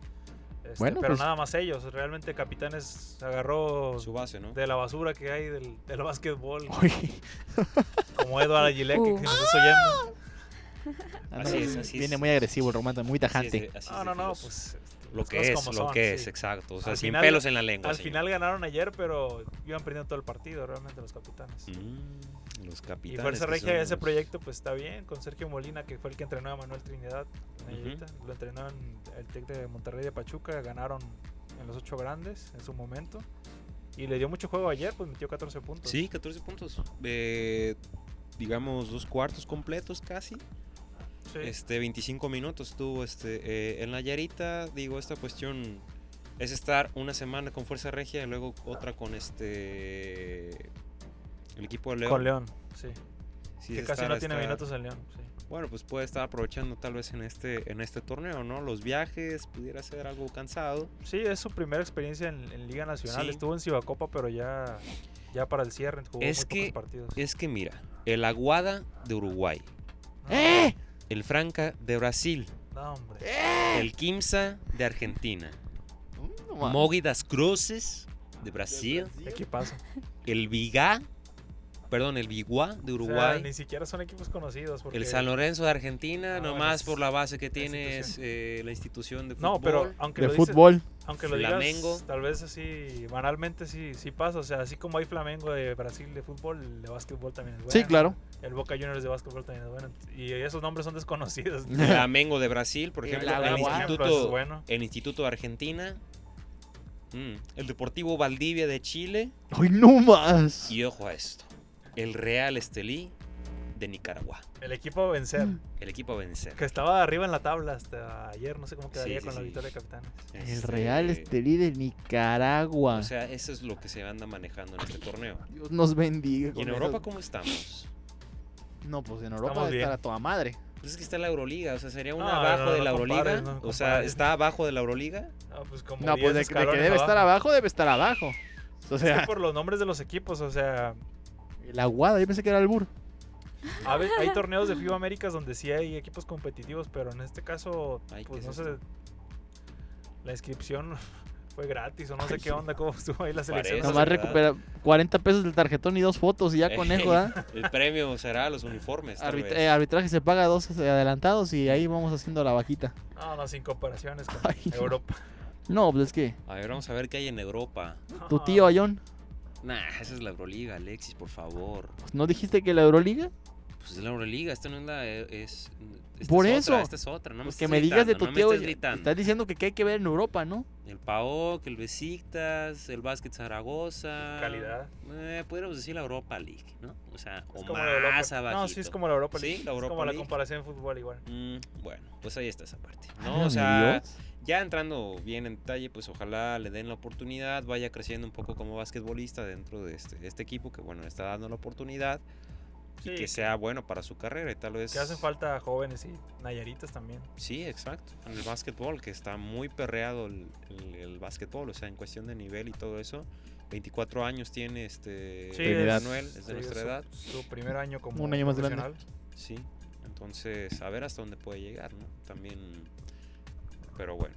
Speaker 2: Este,
Speaker 4: Bueno,
Speaker 2: pero
Speaker 4: pues-
Speaker 2: nada más ellos. Realmente Capitanes agarró
Speaker 1: Su base, ¿no?
Speaker 2: de la basura que hay del, del básquetbol.
Speaker 4: Uy,
Speaker 2: Como Eduardo Aguilé, que
Speaker 3: Uh.
Speaker 2: si nos está
Speaker 1: Ah,
Speaker 2: oyendo.
Speaker 1: Así es, así
Speaker 4: Viene
Speaker 1: es.
Speaker 4: muy agresivo el romance, muy
Speaker 1: Así es eh. de-
Speaker 4: tajante.
Speaker 1: así es
Speaker 2: No,
Speaker 1: de
Speaker 2: no, no,
Speaker 1: filoso.
Speaker 2: pues. este,
Speaker 1: Lo
Speaker 2: las
Speaker 1: que
Speaker 2: cosas
Speaker 1: es,
Speaker 2: como
Speaker 1: lo
Speaker 2: son,
Speaker 1: que
Speaker 2: sí.
Speaker 1: es, exacto. O sea,
Speaker 2: Al
Speaker 1: sin
Speaker 2: final-
Speaker 1: pelos en la lengua.
Speaker 2: Al
Speaker 1: señor.
Speaker 2: final ganaron ayer, pero iban perdiendo todo el partido, realmente, los capitanes.
Speaker 1: Mm, los
Speaker 2: Y
Speaker 1: capitanes.
Speaker 2: Fuerza
Speaker 1: que
Speaker 2: Regia,
Speaker 1: son
Speaker 2: ese
Speaker 1: los-
Speaker 2: proyecto, pues está bien, con Sergio Molina, que fue el que entrenó a Manuel Trinidad. en
Speaker 1: Ujú.
Speaker 2: Nayarita. Lo entrenó en el Tec de Monterrey de Pachuca, ganaron en los ocho grandes en su momento. Y le dio mucho juego ayer, pues metió 14 puntos.
Speaker 1: Sí, 14 puntos. Eh, digamos, dos cuartos completos casi.
Speaker 2: Sí.
Speaker 1: Este, 25 minutos tuvo este, eh, en la Yarita. Digo, esta cuestión es estar una semana con Fuerza Regia y luego otra con este. El equipo de León.
Speaker 2: Con León, sí.
Speaker 1: Sí,
Speaker 2: que
Speaker 1: es
Speaker 2: casi
Speaker 1: estar-
Speaker 2: no tiene
Speaker 1: estar-
Speaker 2: minutos en León. sí.
Speaker 1: Bueno, pues puede estar aprovechando tal vez en este, en este torneo, ¿no? Los viajes, pudiera ser algo cansado.
Speaker 2: Sí, es su primera experiencia en, en Liga Nacional.
Speaker 1: Sí.
Speaker 2: Estuvo en Cibacopa, pero ya, ya para el cierre jugó
Speaker 1: Es
Speaker 2: muy
Speaker 1: que-
Speaker 2: pocos partidos.
Speaker 1: Es que mira, el Aguada de Uruguay,
Speaker 2: No,
Speaker 4: ¡Eh!
Speaker 1: el Franca de Brasil,
Speaker 2: no, hombre.
Speaker 1: ¿Eh? el Quimsa de Argentina,
Speaker 4: Mm, ma-
Speaker 1: Mogi das Cruces de Brasil,
Speaker 2: Equipazo.
Speaker 1: el Vigá perdón, el Biguá de
Speaker 2: O sea,
Speaker 1: Uruguay.
Speaker 2: ni siquiera son equipos conocidos. Porque...
Speaker 1: El San Lorenzo de Argentina,
Speaker 2: Ah,
Speaker 1: nomás
Speaker 2: es-
Speaker 1: por la base que
Speaker 2: la
Speaker 1: tiene es,
Speaker 2: institución.
Speaker 1: eh, la institución de fútbol.
Speaker 2: No, pero aunque
Speaker 4: de
Speaker 2: lo, dices,
Speaker 4: fútbol.
Speaker 2: aunque lo digas,
Speaker 1: Flamengo.
Speaker 2: tal vez así, banalmente sí, sí pasa. O sea, así como hay Flamengo de Brasil de fútbol, el de básquetbol también es bueno.
Speaker 4: Sí, claro.
Speaker 2: El Boca Juniors de básquetbol también es bueno. Y esos nombres son desconocidos.
Speaker 1: Flamengo de Brasil, por
Speaker 4: Y
Speaker 1: ejemplo,
Speaker 4: la
Speaker 1: el
Speaker 4: Uruguay,
Speaker 2: pues,
Speaker 1: instituto,
Speaker 2: bueno.
Speaker 1: el instituto de Argentina, mm, el Deportivo Valdivia de Chile
Speaker 4: ¡Ay, no más!
Speaker 1: y ojo a esto, el Real Estelí de Nicaragua,
Speaker 2: El equipo a vencer.
Speaker 1: el equipo a vencer.
Speaker 2: Que estaba arriba en la tabla hasta ayer, no sé cómo quedaría
Speaker 1: sí,
Speaker 2: con la
Speaker 1: sí.
Speaker 2: victoria de capitanes.
Speaker 4: El
Speaker 1: Este,
Speaker 4: Real Estelí de Nicaragua.
Speaker 1: O sea, eso es lo que se anda manejando en este torneo.
Speaker 4: Dios nos bendiga.
Speaker 1: ¿Y en
Speaker 4: con
Speaker 1: Europa
Speaker 4: esas-
Speaker 1: cómo estamos?
Speaker 4: No, pues en
Speaker 2: Estamos
Speaker 4: Europa
Speaker 2: bien.
Speaker 4: estará toda madre.
Speaker 1: Pues es que está la Euroliga, o sea, sería una
Speaker 2: No,
Speaker 1: abajo
Speaker 2: no,
Speaker 1: de
Speaker 2: no
Speaker 1: la
Speaker 2: compares,
Speaker 1: Euroliga.
Speaker 2: no
Speaker 1: o sea,
Speaker 2: compares.
Speaker 1: está abajo de la Euroliga.
Speaker 2: Ah, pues como
Speaker 4: No,
Speaker 2: 10
Speaker 4: pues de, de que
Speaker 2: escalones
Speaker 4: debe estar abajo, debe estar abajo. O
Speaker 2: Es que
Speaker 4: sea,
Speaker 2: por los nombres de los equipos, o sea,
Speaker 4: la guada, yo pensé que era el bur.
Speaker 2: a ve- hay torneos de FIBA Américas donde sí hay equipos competitivos, pero en este caso,
Speaker 1: Ay, ¿qué
Speaker 2: pues
Speaker 1: es
Speaker 2: no
Speaker 1: esto?
Speaker 2: sé, la inscripción fue gratis o no sé qué onda, cómo estuvo ahí la selección.
Speaker 1: Parece.
Speaker 2: No
Speaker 4: Nomás
Speaker 1: es
Speaker 4: recupera 40 pesos del tarjetón y dos fotos y ya con eso, ¿verdad?
Speaker 1: Eh, El premio será los uniformes. tal
Speaker 4: Arbit-
Speaker 1: vez.
Speaker 4: eh, arbitraje se paga dos eh, adelantados y ahí vamos haciendo la vaquita.
Speaker 2: sé. No, no, sin comparaciones con
Speaker 4: Ay, no.
Speaker 2: Europa.
Speaker 4: No, pues es que
Speaker 1: A ver, vamos a ver qué hay en Europa.
Speaker 4: tu tío Ayón,
Speaker 1: Nah, esa es la Euroliga, Alexis, por favor.
Speaker 4: pues, ¿no dijiste que la Euroliga?
Speaker 1: Pues es la Euroliga, esta no es la. eh, Es, esta
Speaker 4: Por
Speaker 1: es
Speaker 4: eso.
Speaker 1: Otra, esta es otra. No me
Speaker 4: Pues
Speaker 1: estés
Speaker 4: que me digas de
Speaker 1: gritando,
Speaker 4: tu
Speaker 1: no
Speaker 4: tío
Speaker 1: Me
Speaker 4: Ayón.
Speaker 1: estés gritando.
Speaker 4: Estás diciendo que qué hay que ver en Europa, ¿no?
Speaker 1: El PAOK, el Besiktas, el Básquet Zaragoza.
Speaker 2: Calidad.
Speaker 1: Eh, pudiéramos decir la Europa League, ¿no? O sea,
Speaker 2: Es
Speaker 1: o
Speaker 2: como la Europa-
Speaker 1: más abajo.
Speaker 2: No, sí, es como la Europa
Speaker 1: Sí,
Speaker 2: League.
Speaker 1: la
Speaker 2: es
Speaker 1: Europa
Speaker 2: como la
Speaker 1: League.
Speaker 2: comparación en fútbol igual.
Speaker 1: bueno, pues ahí está esa parte.
Speaker 4: Válgame
Speaker 1: No, o sea,
Speaker 4: Dios.
Speaker 1: Ya entrando bien en detalle, pues ojalá le den la oportunidad, vaya creciendo un poco como basquetbolista dentro de este, de este equipo que bueno, le está dando la oportunidad
Speaker 2: Sí,
Speaker 1: y que sea bueno para su carrera y tal vez...
Speaker 2: que hacen falta jóvenes y nayaritas también.
Speaker 1: Sí, exacto. En el básquetbol, que está muy perreado el, el- el básquetbol, o sea, en cuestión de nivel y todo eso. 24 años tiene
Speaker 4: Eh,
Speaker 1: este
Speaker 2: Sí,
Speaker 4: edad.
Speaker 1: Manuel, es de
Speaker 2: sí,
Speaker 1: nuestra
Speaker 2: su-
Speaker 1: edad.
Speaker 2: Su primer año como
Speaker 4: Un año más grande.
Speaker 2: profesional.
Speaker 1: Sí, entonces a ver hasta dónde puede llegar, ¿no? También... Pero bueno.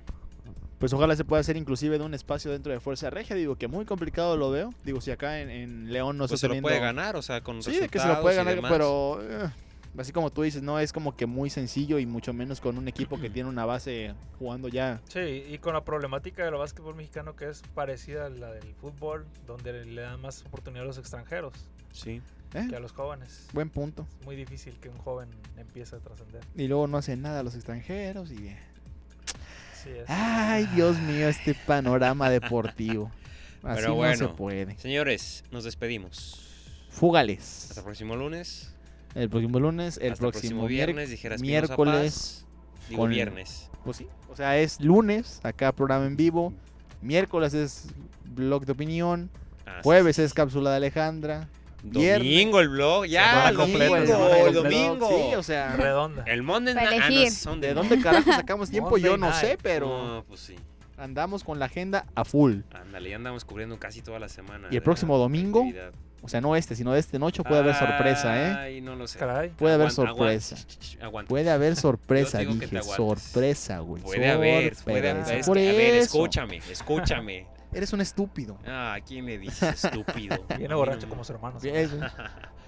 Speaker 4: Pues ojalá se pueda hacer inclusive de un espacio dentro de Fuerza Regia. Digo que muy complicado lo veo. Digo, si acá en, en León no
Speaker 1: Pues se
Speaker 4: está
Speaker 1: lo puede
Speaker 4: teniendo-
Speaker 1: ganar, o sea, con
Speaker 4: Sí, de que se
Speaker 1: resultados
Speaker 4: lo puede
Speaker 1: y
Speaker 4: ganar,
Speaker 1: demás.
Speaker 4: pero eh, así como tú dices, no es como que muy sencillo y mucho menos con un equipo que tiene una base jugando ya.
Speaker 2: Sí, y con la problemática del básquetbol mexicano que es parecida a la del fútbol, donde le dan más oportunidad a los extranjeros
Speaker 1: Sí.
Speaker 4: Eh,
Speaker 2: que a los jóvenes.
Speaker 4: Buen punto.
Speaker 2: Es muy difícil que un joven empiece a trascender.
Speaker 4: Y luego no hacen nada los extranjeros y bien.
Speaker 2: Sí, es.
Speaker 4: Ay, Dios mío, este panorama deportivo. Así
Speaker 1: Pero
Speaker 4: no
Speaker 1: bueno.
Speaker 4: se puede.
Speaker 1: Señores, nos despedimos.
Speaker 4: Fúgales.
Speaker 1: Hasta el próximo lunes.
Speaker 4: El próximo lunes, el
Speaker 1: hasta el
Speaker 4: próximo,
Speaker 1: viernes,
Speaker 4: viernes.
Speaker 1: dijeras
Speaker 4: miércoles,
Speaker 1: miércoles. Digo
Speaker 4: con-
Speaker 1: viernes.
Speaker 4: Pues sí. O sea, es lunes, acá programa en vivo. Miércoles es blog de opinión.
Speaker 1: Ah, sí,
Speaker 4: Jueves es cápsula de Alejandra.
Speaker 1: sí.
Speaker 4: viernes.
Speaker 1: Domingo el blog. Ya,
Speaker 2: Semana
Speaker 1: el
Speaker 2: completa,
Speaker 1: domingo.
Speaker 2: semana
Speaker 1: Ah, El
Speaker 2: completa.
Speaker 1: domingo.
Speaker 4: Sí, o sea,
Speaker 2: Redonda.
Speaker 1: El Monday
Speaker 3: Para
Speaker 1: Night- ah, no,
Speaker 3: elegir.
Speaker 1: Sunday
Speaker 4: ¿de
Speaker 1: Night.
Speaker 4: dónde carajo sacamos tiempo? Yo
Speaker 2: Monday
Speaker 4: no sé,
Speaker 2: night.
Speaker 4: pero
Speaker 1: No, pues sí.
Speaker 4: andamos con la agenda a full.
Speaker 1: Ándale, ya andamos cubriendo casi toda la semana.
Speaker 4: ¿Y el
Speaker 1: de
Speaker 4: próximo domingo?
Speaker 1: actividad.
Speaker 4: O sea, no este, sino de este noche puede haber sorpresa, ¿eh?
Speaker 1: Ay, no lo sé.
Speaker 2: Caray.
Speaker 4: Puede haber
Speaker 1: Aguanta,
Speaker 4: sorpresa.
Speaker 1: aguanta, ch, ch, ch, Aguanta.
Speaker 4: Puede haber sorpresa,
Speaker 1: digo que te
Speaker 4: dije.
Speaker 1: aguantes.
Speaker 4: Sorpresa, güey.
Speaker 1: Puede haber,
Speaker 4: sorpresa.
Speaker 1: puede haber. Es
Speaker 4: Por
Speaker 1: que, a ver,
Speaker 4: eso,
Speaker 1: escúchame, escúchame.
Speaker 4: Eres un estúpido.
Speaker 1: Ah, ¿quién le dice estúpido? Pues A mí
Speaker 2: Viene
Speaker 1: no
Speaker 2: borracho
Speaker 1: me-
Speaker 2: como su hermano.
Speaker 4: Es-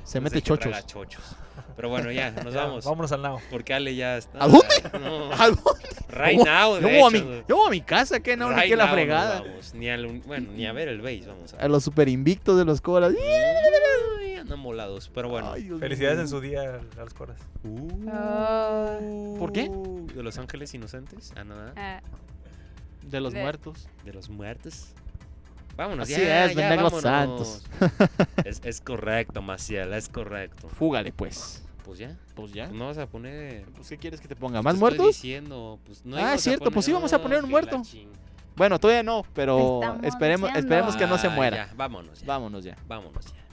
Speaker 4: Se
Speaker 1: No
Speaker 4: mete
Speaker 1: sé qué
Speaker 4: chochos.
Speaker 1: traga chochos. Pero bueno, ya, nos vamos.
Speaker 2: Vámonos al nao.
Speaker 1: Porque Ale ya está.
Speaker 4: ¿A dónde?
Speaker 1: No,
Speaker 4: ¿A dónde?
Speaker 1: right
Speaker 4: Yo-
Speaker 1: now, de
Speaker 4: Ah, yo, voy a
Speaker 1: hecho.
Speaker 4: mi, yo voy a mi casa, que no, ni
Speaker 1: Right
Speaker 4: que la
Speaker 1: now nos
Speaker 4: fregada.
Speaker 1: vamos, Ni al un- bueno, ni a ver el base, vamos a
Speaker 4: A los super invictos de los colas.
Speaker 1: Ay, Andan molados, pero bueno. Uh,
Speaker 4: Ay, Dios
Speaker 2: Felicidades
Speaker 4: mío.
Speaker 2: en su día a los coras.
Speaker 4: Ah.
Speaker 3: Oh.
Speaker 4: ¿Por qué?
Speaker 1: De los ángeles inocentes. Ah, nada.
Speaker 3: Ah,
Speaker 4: De los
Speaker 3: De-
Speaker 4: muertos.
Speaker 1: De los muertos. Vámonos,
Speaker 4: Así
Speaker 1: ya,
Speaker 4: es,
Speaker 1: ya,
Speaker 4: Venga los
Speaker 1: vámonos.
Speaker 4: santos.
Speaker 1: Es, es correcto, Maciel, es correcto.
Speaker 4: Fúgale, pues.
Speaker 1: Pues ya,
Speaker 4: Pues ya.
Speaker 1: no vas a poner...
Speaker 4: Pues, ¿qué quieres que te ponga?
Speaker 1: pues
Speaker 4: ¿Más
Speaker 1: te estoy
Speaker 4: muertos?
Speaker 1: diciendo, pues, no
Speaker 4: Ah,
Speaker 1: íbamos a
Speaker 4: cierto, pues sí vamos a poner un
Speaker 1: que la
Speaker 4: muerto.
Speaker 1: ching-
Speaker 4: Bueno, todavía no, pero
Speaker 3: estamos
Speaker 4: esperemos,
Speaker 3: diciendo.
Speaker 4: esperemos que no se
Speaker 1: Ah,
Speaker 4: muera.
Speaker 1: ya, vámonos ya.
Speaker 4: Vámonos ya.
Speaker 1: Vámonos ya.